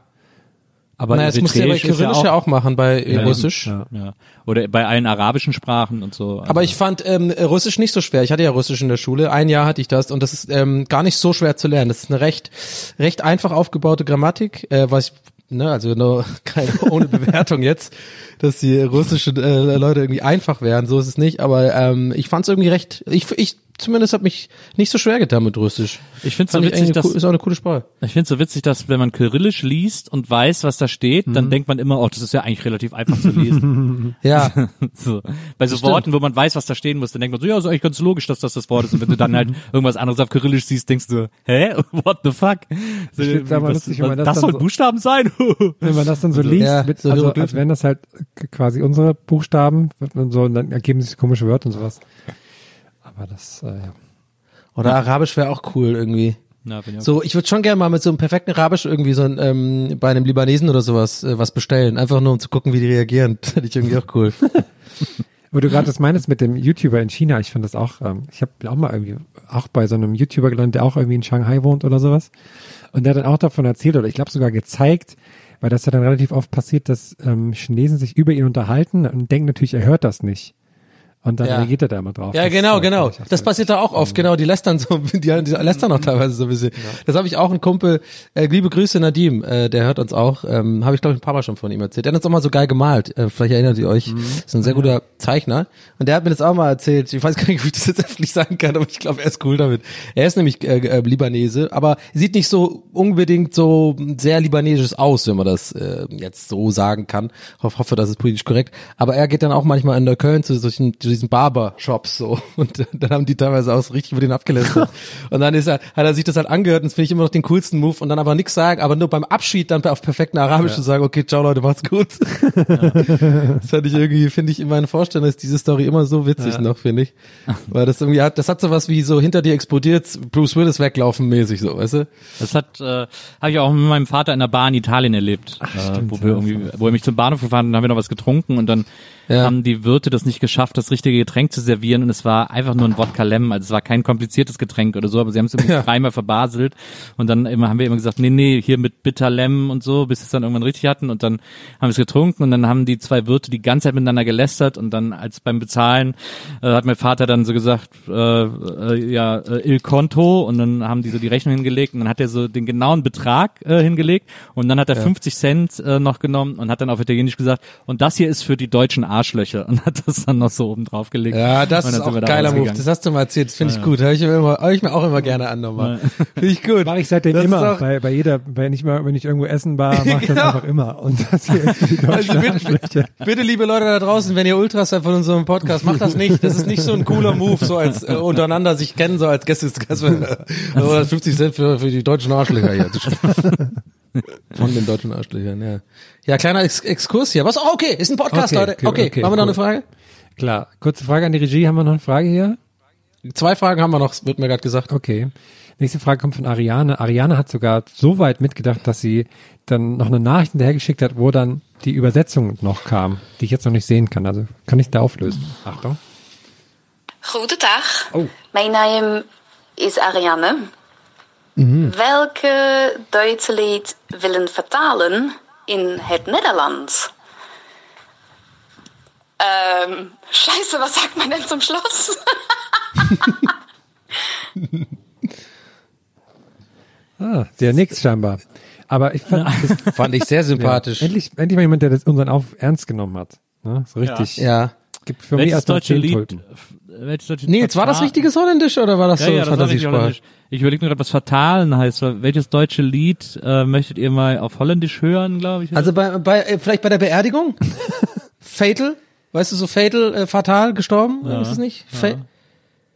S2: Aber
S1: naja, das muss der bei
S2: Eritreisch ist ja
S1: Kyrillisch ja
S2: auch-
S1: auch machen, bei äh,
S2: Ja, eben.
S1: Russisch.
S2: Ja, ja. Oder bei allen arabischen Sprachen und so. Also
S1: Aber ich fand ähm, Russisch nicht so schwer. Ich hatte ja Russisch in der Schule. Ein Jahr hatte ich das und das ist ähm, gar nicht so schwer zu lernen. Das ist eine recht, recht einfach aufgebaute Grammatik, äh, was ich, ne, also nur *laughs* keine, ohne Bewertung jetzt, dass die russischen äh, Leute irgendwie einfach wären. So ist es nicht. Aber ähm, ich fand es irgendwie recht. Ich, ich zumindest habe mich nicht so schwer getan mit Russisch.
S2: Ich find's so
S1: Fand
S2: witzig,
S1: eigentlich
S2: dass-
S1: cool- ist auch eine coole Sprache.
S2: Ich finde es so witzig, dass wenn man Kyrillisch liest und weiß, was da steht, dann denkt man immer, oh, das ist ja eigentlich relativ einfach zu lesen.
S1: Ja.
S2: *laughs* so. Bei so
S1: Stimmt.
S2: Worten, wo man weiß, was da stehen muss, dann denkt man so, ja, ist eigentlich ganz logisch, dass das das Wort ist. Und wenn
S3: *laughs*
S2: du dann halt irgendwas anderes auf Kyrillisch siehst, denkst du, hä? *laughs* What the fuck? So,
S3: Ich find's aber
S2: was-
S3: lustig, wenn
S2: was,
S3: man das
S2: das
S3: dann
S2: soll
S3: so-
S2: Buchstaben sein? *laughs*
S3: Wenn man das dann so
S2: Also,
S3: liest,
S2: ja,
S3: mit,
S2: so
S3: also als
S2: Hieroglyphen.
S3: wären das halt k- quasi unsere Buchstaben und so, und dann ergeben sich komische Wörter und sowas. Aber das, äh, ja.
S1: Oder Arabisch wäre auch cool irgendwie.
S2: Na, bin ich auch-
S1: So, ich würde schon gerne mal mit so einem perfekten Arabisch irgendwie so ein, ähm, bei einem Libanesen oder sowas äh, was bestellen. Einfach nur um zu gucken, wie die reagieren. *laughs* Das hätte ich irgendwie auch cool.
S3: Wo du gerade das meinst mit dem YouTuber in China, ich fand das auch, ähm, ich habe auch mal irgendwie, auch bei so einem YouTuber gelandet, der auch irgendwie in Shanghai wohnt oder sowas. Und der hat dann auch davon erzählt oder ich glaube sogar gezeigt, weil das ja dann relativ oft passiert, dass ähm, Chinesen sich über ihn unterhalten und denken natürlich, er hört das nicht. Und dann
S1: Ja.
S3: reagiert er da immer drauf.
S1: Ja,
S3: Das,
S1: genau,
S3: äh,
S1: genau.
S3: fand ich auch
S1: Das passiert da auch oft, genau. Die lästern so, *laughs* die, die lästern auch teilweise so ein bisschen. Das habe ich auch einen Kumpel, äh, liebe Grüße Nadim, äh, der hört uns auch, ähm, habe ich glaube ich ein paar Mal schon von ihm erzählt. Der hat uns auch mal so geil gemalt, äh, vielleicht erinnert ihr euch, ist ein sehr guter Zeichner. Und der hat mir das auch mal erzählt, ich weiß gar nicht, *laughs* wie ich das jetzt öffentlich sagen kann, aber ich glaube, er ist cool damit. Er ist nämlich äh, äh, Libanese, aber sieht nicht so unbedingt so sehr libanesisch aus, wenn man das äh, jetzt so sagen kann. Hoff, hoffe, das ist politisch korrekt. Aber er geht dann auch manchmal in der Köln zu solchen zu diesen Barbershops so *laughs* und dann haben die teilweise auch so richtig über den
S2: *laughs*
S1: abgelästert. und dann ist er, hat er sich das halt angehört und das finde ich immer noch den coolsten Move und dann aber nichts sagen, aber nur beim Abschied dann auf perfekten Arabisch
S2: Ja.
S1: zu sagen, okay, ciao Leute, macht's
S2: *laughs*
S1: gut. das fand ich irgendwie, finde ich in meinen Vorstellungen ist diese Story immer so witzig
S2: Ja.
S1: noch, finde ich. Weil das irgendwie hat, das hat sowas wie so hinter dir explodiert, Bruce Willis weglaufen mäßig so, weißt du?
S2: Das hat äh, habe ich auch mit meinem Vater in der Bar in Italien erlebt, äh, wo, wir irgendwie, wo er mich zum Bahnhof gefahren hat, und haben wir noch was getrunken und dann haben die Wirte das nicht geschafft, das richtige Getränk zu servieren und es war einfach nur ein Wodka Lemon, also es war kein kompliziertes Getränk oder so, aber sie haben es immer dreimal verbaselt und dann immer, haben wir immer gesagt, nee, nee, hier mit Bitter Lemon und so, bis sie es dann irgendwann richtig hatten und dann haben wir es getrunken und dann haben die zwei Wirte die ganze Zeit miteinander gelästert und dann als beim Bezahlen äh, hat mein Vater dann so gesagt, äh, äh, ja, äh, Il Conto und dann haben die so die Rechnung hingelegt und dann hat er so den genauen Betrag äh, hingelegt und dann hat er
S1: Ja.
S2: 50 Cent äh, noch genommen und hat dann auf Italienisch gesagt, und das hier ist für die deutschen Arschlöcher *laughs* und hat das dann noch so oben drauf gelegt.
S1: Ja, das
S2: Und
S1: ist
S2: dann sind
S1: auch
S2: wir
S1: ein
S2: da
S1: geiler Move.
S2: rausgegangen.
S1: Das hast du mal erzählt. Das finde
S2: Ja,
S1: ich
S2: ja.
S1: gut. Habe ich, mir immer- hab ich mir auch immer gerne an nochmal. *laughs* Finde ich gut. Mache
S3: ich seitdem
S1: das
S3: immer,
S1: Ist auch,
S3: bei, bei jeder, wenn ich mal, wenn ich irgendwo essen war, mache
S1: *laughs*
S3: ich
S1: Genau.
S3: das einfach immer. Und das hier ist die
S1: *laughs* *laughs* also
S3: deutsche
S1: bitte, bitte, liebe Leute da draußen, wenn ihr Ultras seid von unserem Podcast, macht das nicht. Das ist nicht so ein cooler Move, so als äh, untereinander sich kennen, *laughs* so als Gäste. Gäste- Oder 50 Cent für, für die deutschen Arschlöcher hier. Von den deutschen Arschlöchern, ja. Ja, kleiner Ex Exkurs hier. Was? Oh, okay, ist ein Podcast, Leute. Okay, machen wir noch eine
S3: cool.
S1: Frage?
S3: Klar, kurze Frage an die Regie. Haben wir noch eine Frage hier?
S1: Zwei Fragen haben wir noch, wird mir gerade gesagt.
S3: Okay. Nächste Frage kommt von Ariane. Ariane hat sogar so weit mitgedacht, dass sie dann noch eine Nachricht hinterhergeschickt hat, wo dann die Übersetzung noch kam, die ich jetzt noch nicht sehen kann. Also kann ich da auflösen. Achtung.
S15: Goedendag.
S3: Oh.
S15: Mijn naam is Ariane. Welke Duitse lied willen vertalen in het Nederlands? Ähm, scheiße, was sagt man denn zum Schluss?
S3: Ah, der nix scheinbar. Aber ich fand, das
S1: fand ich sehr sympathisch.
S3: Ja, endlich, endlich mal jemand, der das unseren Auf ernst genommen hat. Ne? So richtig.
S1: Ja.
S3: Gibt für mich
S2: Welches
S3: erstmal
S2: deutsche
S3: zehn
S2: Lied-
S3: Tulpen.
S2: Welches deutsche
S1: Nils, war das
S2: Verfahren-
S1: richtiges Holländisch oder war das so
S2: war richtig
S1: Fantasiesprache?
S2: holländisch. Ich überlege mir gerade, was Fatalen heißt. Welches deutsche Lied äh, möchtet ihr mal auf Holländisch hören, glaube ich?
S1: Also bei, bei äh, vielleicht bei der *laughs* Beerdigung? Fatal? Weißt du, so fatal, äh, fatal gestorben?
S2: Ja,
S1: Ist es nicht? Fa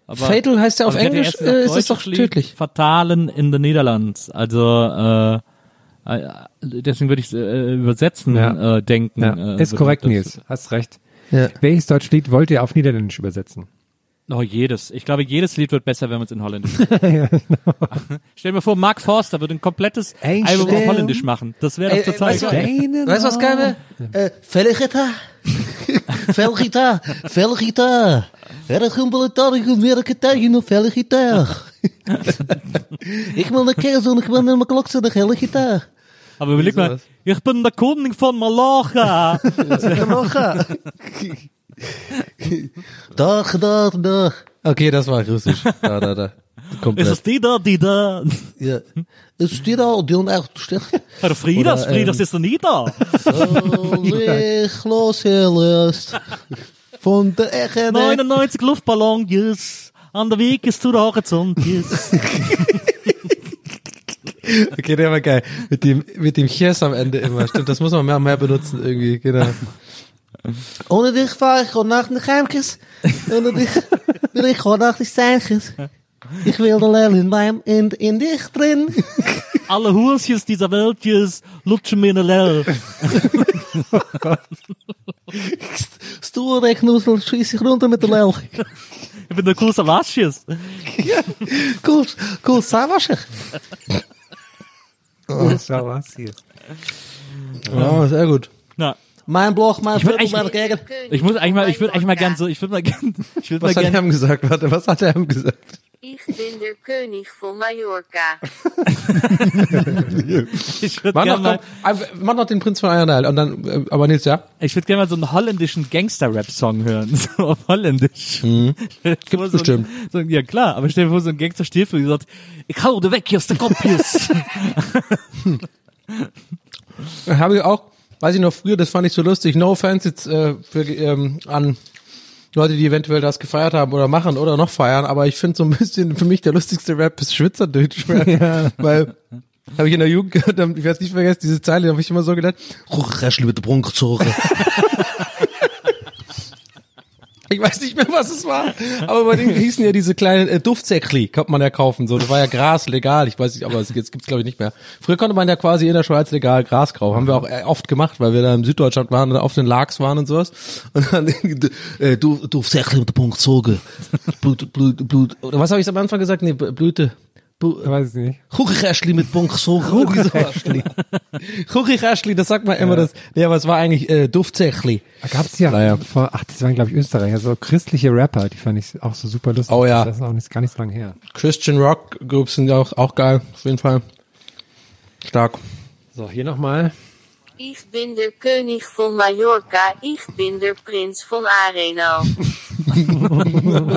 S14: Aber,
S1: Fatal heißt ja auf
S14: aber der
S1: Englisch,
S14: erste sagt,
S1: äh, ist es
S14: deutsches
S1: doch
S14: Lied,
S1: tödlich.
S14: Fatalen in the Netherlands. Also äh, äh, deswegen würde ich äh, übersetzen
S3: Ja.
S14: äh, denken.
S3: Ja.
S14: Äh,
S3: Ist korrekt,
S14: würde ich
S3: Nils. Hast recht. Welches deutsche Lied wollt ihr auf Niederländisch übersetzen?
S14: Oh, jedes. Ich glaube, jedes Lied wird besser, wenn man es in
S3: *laughs*
S14: Holländisch macht.
S3: genau.
S14: Stell dir mal vor, Mark Forster würde ein komplettes Album auf
S1: stimmt.
S14: Holländisch machen. Das wäre doch total
S1: Äh, weißt, du,
S14: geil.
S1: weißt du was geil wäre?
S9: Äh,
S1: *laughs*
S9: Velgita. Velgita. Velgita. Er is een balletje, goed merken tegen een Velgita. Ik wil naar kerst en ik wil naar mijn klok zetten, hele gitaar.
S14: Aber überleg mal, ich bin der König von
S3: *laughs*
S14: Malacha.
S9: Malacha. Dag, dag, dag.
S1: Okay, das war
S9: dus.
S1: russisch. Da, da, da.
S14: Ist es
S1: Komplett.
S14: die da, die da?
S9: Ja. Is dit al die onaardig slecht?
S14: Herr Frieders,
S9: Oder, ähm,
S14: Frieders ist er nie da.
S3: *laughs*
S9: Oh, Alweer losgelöst. Von der Ecke.
S14: 99 Luftballons an der Weg ist zu der Horizont. yes.
S1: Okay, der war geil. Mit dem, mit dem Chies am Ende immer. Stimmt, das muss man mehr, mehr benutzen
S9: eh,
S1: irgendwie, genau.
S9: Ohne dich fahre ich heute Nacht nach Heimkes. Ohne dich will ich heute Nacht nicht sein. Ich will allein in meinem, in, in dich drin.
S14: Alle Hurschens dieser Welt yes, lutschen mir ne in der Lell.
S9: Sture Knussel schieße ich runter mit der Lel.
S14: Ich bin ne der große Waschjes.
S9: Cool, cool, Savaschig.
S3: Schau was hier.
S1: Ja, sehr gut.
S14: Na,
S9: Mein Bloch, mein
S14: Ich würd
S9: Viertel, mein
S14: eigentlich-
S9: Gegend.
S14: ich muss eigentlich mal, ich würde eigentlich mal gern so, ich würde mal gern, *laughs* ich würde mal
S1: Was hat
S14: gern,
S1: er ihm gesagt? Warte, was hat er ihm gesagt?
S16: Ich bin der König von Mallorca.
S14: ich würde
S1: Mach
S14: gern
S1: noch,
S14: mal,
S1: komm, äh, mach noch den Prinz von Eiernal und dann, äh, aber Nils, ja?
S14: ich würde gerne mal so einen holländischen Gangster-Rap-Song hören, *laughs* so auf Holländisch. *laughs* Mhm. Gibt's
S1: bestimmt.
S14: So ein, ja klar, aber stell dir vor, so ein Gangster steht und sagt, ich hau dir weg, hier ist der Kopjes.
S1: Habe ich auch, weiß ich noch früher, das fand ich so lustig. No offense jetzt äh, für, ähm, an Leute, die eventuell das gefeiert haben oder machen oder noch feiern, aber ich finde so ein bisschen für mich der lustigste Rap ist Schwitzerdeutsch *laughs* Rap, weil habe ich in der Jugend gehört, hab- ich werde nicht vergessen, diese Zeile, da habe ich immer so gedacht,
S9: Raschel mit der Brunkzore.
S1: *laughs* ich weiß nicht mehr, was es war, aber bei denen hießen ja diese kleinen äh, Duftsäckli, konnte man ja kaufen, so, das war ja Gras legal, ich weiß nicht, aber es jetzt gibt's glaube ich nicht mehr. Früher konnte man ja quasi in der Schweiz legal Gras kaufen, haben wir auch äh, oft gemacht, weil wir da in Süddeutschland waren und auf den Lachs waren und sowas und dann *laughs*
S9: Äh, du, du Säckchen mit der Brunkzore. Blut, Blut, Blut.
S1: Oder was habe ich am Anfang gesagt? Nee, B- Blüte. Bu
S3: Weiß ich nicht.
S9: Kuchenkästchen
S1: *laughs*
S9: mit Brunkzore. Kuchenkästchen.
S1: Kuchichäschli, das sagt man immer. Das, nee, aber es war eigentlich äh, Duftsächli.
S3: Da gab es ja, vor, ach, das waren glaube ich Österreicher, so christliche Rapper, die fand ich auch so super lustig.
S1: Oh ja.
S3: Das ist auch nicht, gar nicht so lange her.
S1: Christian Rock Groups sind ja auch, auch geil, auf jeden Fall. Stark.
S3: So, hier nochmal.
S16: Ich bin der König von Mallorca. Ich bin der Prins von Areno.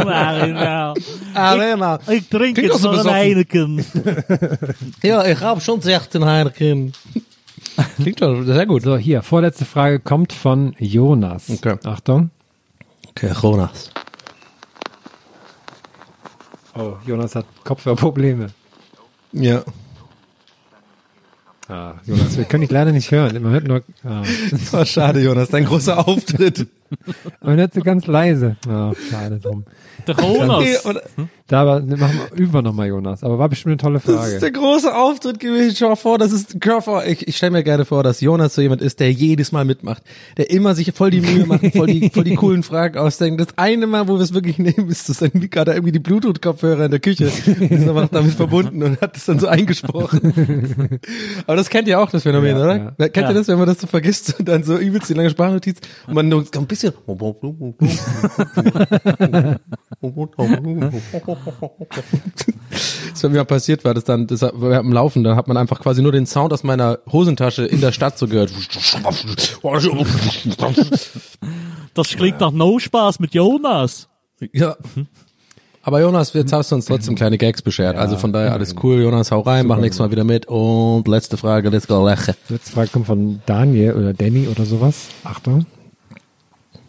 S14: Arena.
S1: Ah,
S9: Arena.
S14: Ich, ich trinke
S9: Klingt auch
S14: jetzt
S9: so
S14: noch einen
S9: besoffen.
S14: Heineken.
S9: Ja, ich hab schon 16 Heineken.
S1: *laughs* Klingt doch sehr gut.
S3: So, hier, vorletzte Frage kommt von Jonas.
S1: Okay.
S3: Achtung.
S1: Okay, Jonas.
S3: Oh, Jonas hat Kopfhörprobleme.
S1: Ja.
S3: Ah, *laughs* Jonas, wir können dich leider nicht hören. Man hört nur, ah.
S1: Das war *laughs* schade, Jonas. Dein großer Auftritt.
S3: man hört so ganz leise. Ah, schade drum.
S14: Der Jonas.
S1: Okay, und
S3: Da aber, ne, machen wir, üben wir nochmal Jonas. Aber war bestimmt eine tolle
S1: das ist der
S3: Frage.
S1: große Auftritt gewesen. Schau mal vor, das ist schau mal vor. Ich, ich stelle mir gerne vor, dass Jonas so jemand ist, der jedes Mal mitmacht, der immer sich voll die Mühe macht, voll die, voll die coolen Fragen ausdenkt. Das eine Mal, wo wir es wirklich nehmen, ist, dass dann Mika da irgendwie die Bluetooth-Kopfhörer in der Küche und ist einfach damit verbunden und hat das dann so eingesprochen. Aber das kennt ihr auch, das Phänomen,
S3: Ja,
S1: oder?
S3: ja.
S1: Kennt
S14: Ja.
S1: ihr das, wenn man das so vergisst und dann so übelst die lange Sprachnotiz und man nur so ein
S3: *laughs*
S1: bisschen. Das ist mir mal passiert, war das dann, das war beim Laufen, dann hat man einfach quasi nur den Sound aus meiner Hosentasche in der Stadt so gehört.
S14: Das klingt nach No Spaß mit Jonas.
S1: Ja. Aber Jonas, jetzt hast du uns trotzdem kleine Gags beschert. also von daher alles cool. Jonas, hau rein, mach nächstes Mal wieder mit. Und letzte Frage, let's go, lache.
S3: Letzte Frage kommt von Daniel oder Danny oder sowas. Achtung.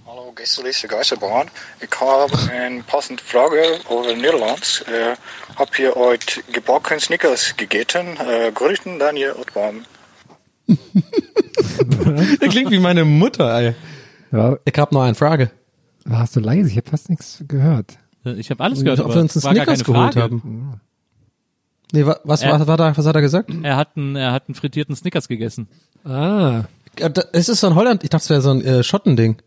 S17: Hallo, gästeliste Geisterbahn. Ich habe eine passende eh, Frage über Niederlands. Äh, habt ihr heute gebacken Snickers gegeten? Äh, Grüßen, Daniel Ottmann.
S1: Der klingt wie meine Mutter, ey.
S3: Ja,
S1: Ich hab noch eine Frage.
S3: warst du leise? Ich habe fast nichts gehört.
S14: Ich habe alles gehört.
S1: Ob wir uns einen
S14: war gar
S1: Snickers
S14: keine
S1: geholt
S14: Frage.
S1: haben. Nee, wa was,
S14: Äh.
S1: war, war da, was hat er gesagt?
S14: Er hat einen, er hat einen frittierten Snickers gegessen.
S1: Ah. Es ist so ein Holland, ich dachte, es wäre so ein äh, Schottending.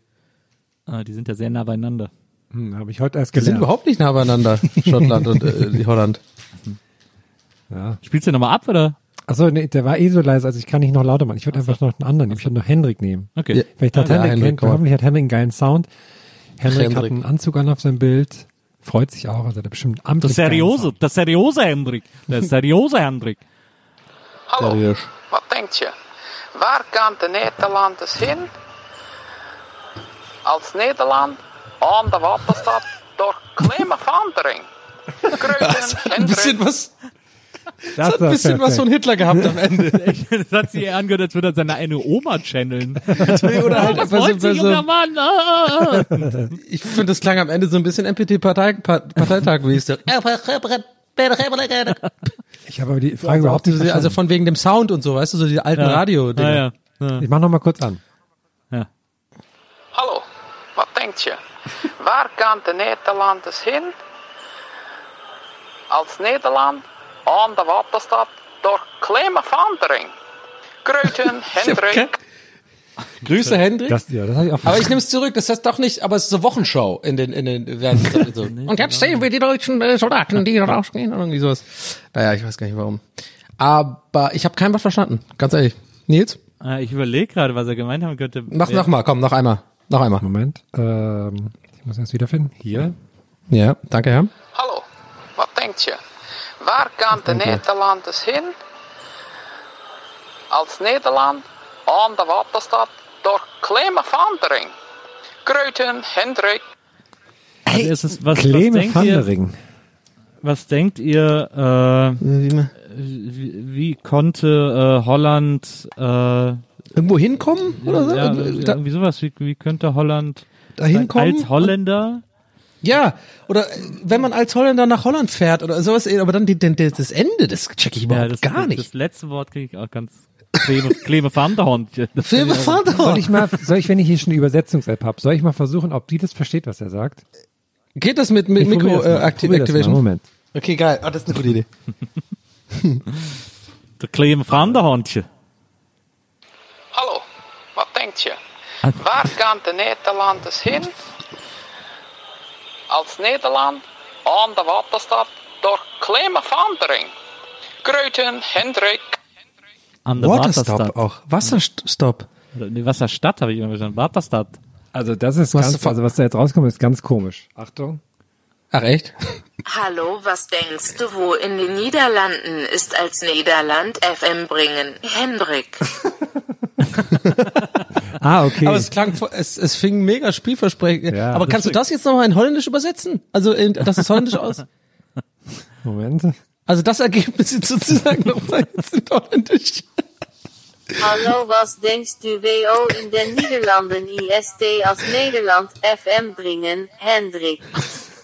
S14: Ah, die sind ja sehr nah beieinander.
S3: Hm, habe ich heute erst
S1: Die sind
S3: gelernt.
S1: überhaupt nicht nah beieinander, Schottland und äh, Holland.
S3: Ja.
S14: Spielst du nochmal ab, oder?
S3: Achso, nee, der war eh so leise, also ich kann nicht noch lauter machen. Ich würde einfach noch einen anderen nehmen. Ich würde noch Hendrik nehmen.
S14: Okay. Ja.
S3: Weil ich dachte,
S14: Ja,
S3: Henrik,
S14: Henrik,
S3: Henrik,
S14: komm.
S3: hoffentlich hat Henrik einen geilen Sound. Henrik, hat
S14: Henrik.
S3: einen Anzug an auf seinem Bild. Freut sich auch, also der bestimmt amtlich
S14: Das seriöse, das seriöse Hendrik.
S1: *laughs*
S14: Das seriöse Hendrik.
S1: Oh,
S18: Hallo. Wat denkt je? Waar gaan de Nederlanders heen? Als Nederland aan de wapen staat door klimaatverandering. Kruiden en druid.
S1: was.
S3: Das
S1: hat ein bisschen was von Hitler gehabt am Ende.
S3: *laughs*
S14: das hat sie eher angehört, als würde er seine eine Oma
S1: *laughs*
S14: channeln.
S1: oder *laughs* halt
S14: Was
S1: einfach so-
S14: wollt ihr,
S1: so-
S14: junger Mann? Ah, ah, ah.
S1: Ich finde, das klang am Ende so ein bisschen MPT-Parteitag, wie
S3: *laughs*
S1: es doch.
S3: Ich habe aber die Frage überhaupt nicht
S1: Also
S3: verstanden.
S1: von wegen dem Sound und so, weißt du, so die alten
S3: Ja.
S1: Radio-Dinger.
S3: Ja,
S14: Ah, ja.
S3: Ich mach noch mal kurz an.
S18: Hallo, wat denkt je? Waar gaan de Nederlanders heen? Als Nederland aan de wapen staat door klimaatverandering. Kruiden, Hendrik,
S1: Grüße, Hendrik.
S3: Das, ja, das habe ich auch
S1: Aber ich nehme es zurück, das heißt doch nicht, aber es ist so Wochenschau in den, in den, werden so- so.
S3: *laughs*
S1: Und jetzt sehen wir die deutschen äh, Soldaten, die rausgehen und irgendwie sowas. Naja, ich weiß gar nicht warum. Aber ich habe kein Wort verstanden, ganz ehrlich. Nils,
S14: Ah, Ich überlege gerade, was er gemeint haben könnte.
S1: mach
S14: Ja.
S1: noch mal, komm, noch einmal, noch einmal.
S3: Moment, ähm, ich muss erst wiederfinden. Hier.
S1: Ja, danke, Herr.
S18: hallo, wat denkt je? Waar gaan de Nederlanders heen? Als Nederland aan de wapen staat door klimaatverandering. Kruiden, Hendrik,
S14: Also ist es, was, was
S3: Cleme
S14: denkt ihr,
S3: Vandering.
S14: was denkt ihr äh,
S1: wie,
S14: wie konnte äh, Holland äh,
S1: Irgendwo hinkommen oder so?
S14: Ja,
S1: Äh, da-
S14: irgendwie sowas. Wie, wie könnte Holland
S1: Da hinkommen
S14: als Holländer?
S1: Ja, oder äh, wenn man als Holländer nach Holland fährt oder sowas, äh, aber dann die, den, das Ende, das check ich überhaupt
S14: das,
S1: gar
S14: Das
S1: nicht.
S14: letzte Wort kriege ich auch ganz. Klebe, Klebe Vanderhorn. Das-
S1: Filme fahren
S3: Soll ich mal, soll ich, wenn ich hier schon eine Übersetzungs-App habe, soll ich mal versuchen, ob die das versteht, was er sagt?
S1: Geht das mit, mit
S3: Ich probier
S1: Mikro
S3: das mal.
S1: äh, Acti-
S3: Probier das mal,
S1: Activation?
S3: Moment.
S1: Okay, geil. Ah, das ist eine gute Idee.
S14: Der Klebe Vanderhornchen.
S18: Hallo, wat denkt je? Waar gaan de Nederlanders heen als Nederland aan de wapen staat door klimaatverandering? Kruiden, Hendrik,
S14: An der Waterstadt.
S1: Waterstop auch. Wasserstopp.
S14: Oder, nee, Wasserstadt habe ich immer verstanden. Waterstadt.
S3: Also das ist
S1: Was
S3: ganz, also was da jetzt rauskommt, ist ganz komisch. Achtung.
S1: Ach echt?
S16: Hallo, was denkst du, wo in den Niederlanden ist als Niederland FM bringen? Hendrik.
S3: Ah, okay.
S1: Aber es klang, vo- es, es fing mega spielversprechend.
S3: Ja,
S1: aber kannst du das jetzt nochmal in Holländisch übersetzen? Also, in, das ist Holländisch aus?
S3: Moment.
S1: Also, das Ergebnis jetzt sozusagen nochmal jetzt in Holländisch.
S16: Hallo, was denkst du, wo in den Niederlanden IST als Nederland FM bringen? Hendrik.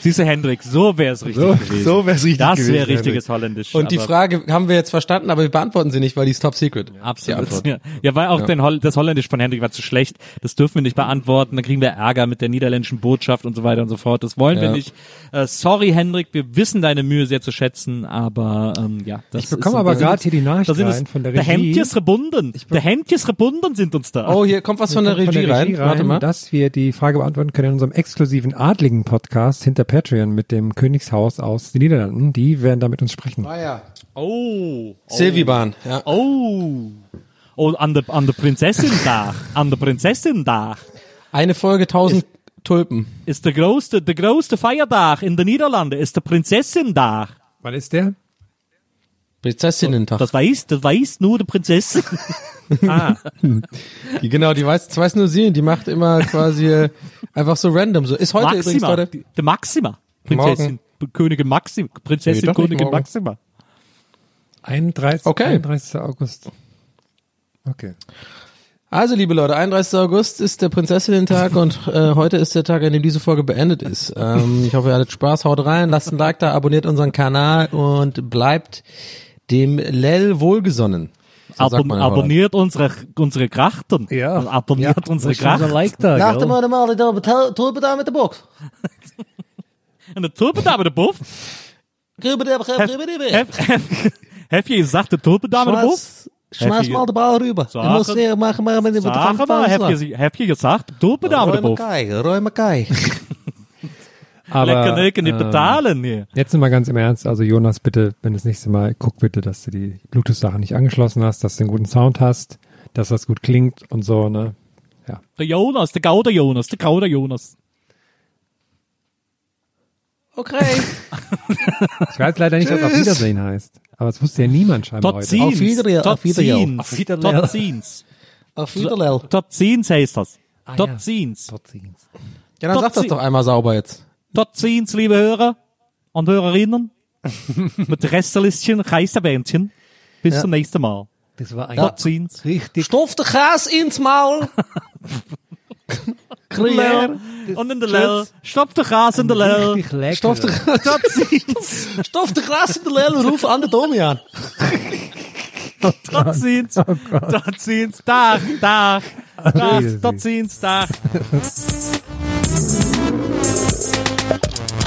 S14: Siehst du, Hendrik, so wäre es richtig
S1: So-
S14: gewesen.
S1: so wär's richtig
S14: Das
S1: gewesen,
S14: wäre richtiges
S1: Hendrik.
S14: Holländisch.
S1: Und die
S14: aber-
S1: Frage haben wir jetzt verstanden, aber wir beantworten sie nicht, weil die ist top secret. Die
S14: Absolut.
S1: Antwort.
S14: Ja, *laughs* ja weil auch
S1: Ja.
S14: den Holl das Holländisch von Hendrik war zu schlecht. Das dürfen wir nicht beantworten. Dann kriegen wir Ärger mit der niederländischen Botschaft und so weiter und so fort. Das wollen wir
S1: Ja.
S14: nicht. Äh, sorry, Hendrik, wir wissen deine Mühe sehr zu schätzen, aber ähm, ja. Das
S3: Ich bekomme
S14: ist-
S3: aber
S14: da sind
S3: gerade
S14: uns-
S3: hier die Nachricht
S14: da sind
S3: rein
S14: es,
S3: von der
S14: Der
S3: Regie.
S14: Hemd ist gebunden. Der Hemd ist gebunden sind uns da.
S1: Oh, hier kommt was von der,
S3: Kommt
S1: Regie rein. Warte mal.
S3: Dass wir die Frage beantworten können in unserem exklusiven adligen Podcast hinter Patreon mit dem Königshaus aus den Niederlanden. Die werden da mit uns sprechen.
S1: Ah, ja.
S14: Oh.
S1: Silvibahn, ja.
S14: Oh. Oh, an der, an der Prinzessin da. An der Prinzessin da.
S1: Eine Folge 1000 Tulpen.
S14: Ist der größte, der größte Feiertag in den Niederlanden. Ist der Prinzessin da.
S3: Wann ist der?
S1: Prinzessinnentag.
S14: Das weiß, das weiß nur die Prinzessin.
S3: Ah,
S1: Die, genau, die weiß, das weiß nur sie, und die macht *laughs* immer quasi äh, einfach so random. So ist heute übrigens
S14: Maxima,
S1: gerade.
S14: die, die Maxima, Prinzessin, Königin Maxima,
S1: Nee,
S14: Prinzessin,
S1: doch nicht
S14: Königin
S1: morgen.
S14: Maxima.
S3: 31,
S1: Okay.
S3: 31. August. Okay.
S1: Also, liebe Leute, 31. August ist der Prinzessinnentag und äh, heute ist der Tag, an dem diese Folge beendet ist. Ähm, ich hoffe, ihr hattet Spaß, haut rein, lasst ein Like da, abonniert unseren Kanal und bleibt dem Lell wohlgesonnen.
S2: So sagt man aber
S14: abonniert unsere, unsere Krachten. Ja. Abonniert unsere
S9: Das ist unser
S14: Krachten. Like
S9: Nach dem Mal mal da Tulpe da mit der Box.
S14: Und der Turbeldame, der Buff.
S9: Rüber,
S14: Hef-
S9: rüber, rüber.
S14: hef- hef- Hef je gesagt, der Turbeldame, der Buff?
S9: Schmeiß, schmeiß mal den Ball rüber. Ich muss
S14: Sache,
S9: hier machen, machen, machen.
S14: Sache mal, hef je, sie- hef je gesagt, Turbeldame, der Buff?
S9: Kai, Roy Mackay.
S3: Aber,
S14: Lecker, lecker, die
S3: ähm,
S14: betalen hier.
S3: Jetzt mal ganz im Ernst, also Jonas, bitte, wenn das nächste Mal, guck bitte, dass du die Bluetooth-Sache nicht angeschlossen hast, dass du einen guten Sound hast, dass das gut klingt und so, ne?
S14: Der Jonas, der Gauder Jonas, der Gauder Jonas.
S9: Okay.
S3: Ich weiß leider nicht, was auf
S9: Tschüss.
S3: Wiedersehen heißt. Aber es wusste ja niemand scheinbar
S14: Tot
S3: heute.
S14: ziens.
S9: Auf Wiedersehen,
S14: Tot
S9: auf Wiedersehen.
S14: ziens.
S9: Auf Wiedersehen.
S14: Tot
S9: *laughs*
S14: ziens.
S9: Auf Wiedersehen.
S14: Tot ziens heißt das.
S9: Ah,
S14: Tot
S9: ja.
S14: ziens.
S2: Ja, dann sag das doch einmal sauber jetzt.
S14: Tot ziens, liebe Hörer und
S9: *laughs*
S14: Hörerinnen. Mit Restelistchen, Reisterbändchen. Bis
S9: Ja.
S14: zum nächsten Mal.
S9: Das war ein
S14: Tot ziens.
S9: richtig. Stoff der Gas
S14: *laughs*
S9: ins Maul. Klar.
S14: Und in der Lel. Stopp der Gras in der Lel.
S9: Stoff der
S14: Tot
S9: *laughs*
S14: ziens.
S9: Stoff der Gas in der Lelle und ruf an den Domi an.
S14: *laughs* Tot ziens. Tot ziens. Tag, Tag. Tag. Tot ziens. Tag.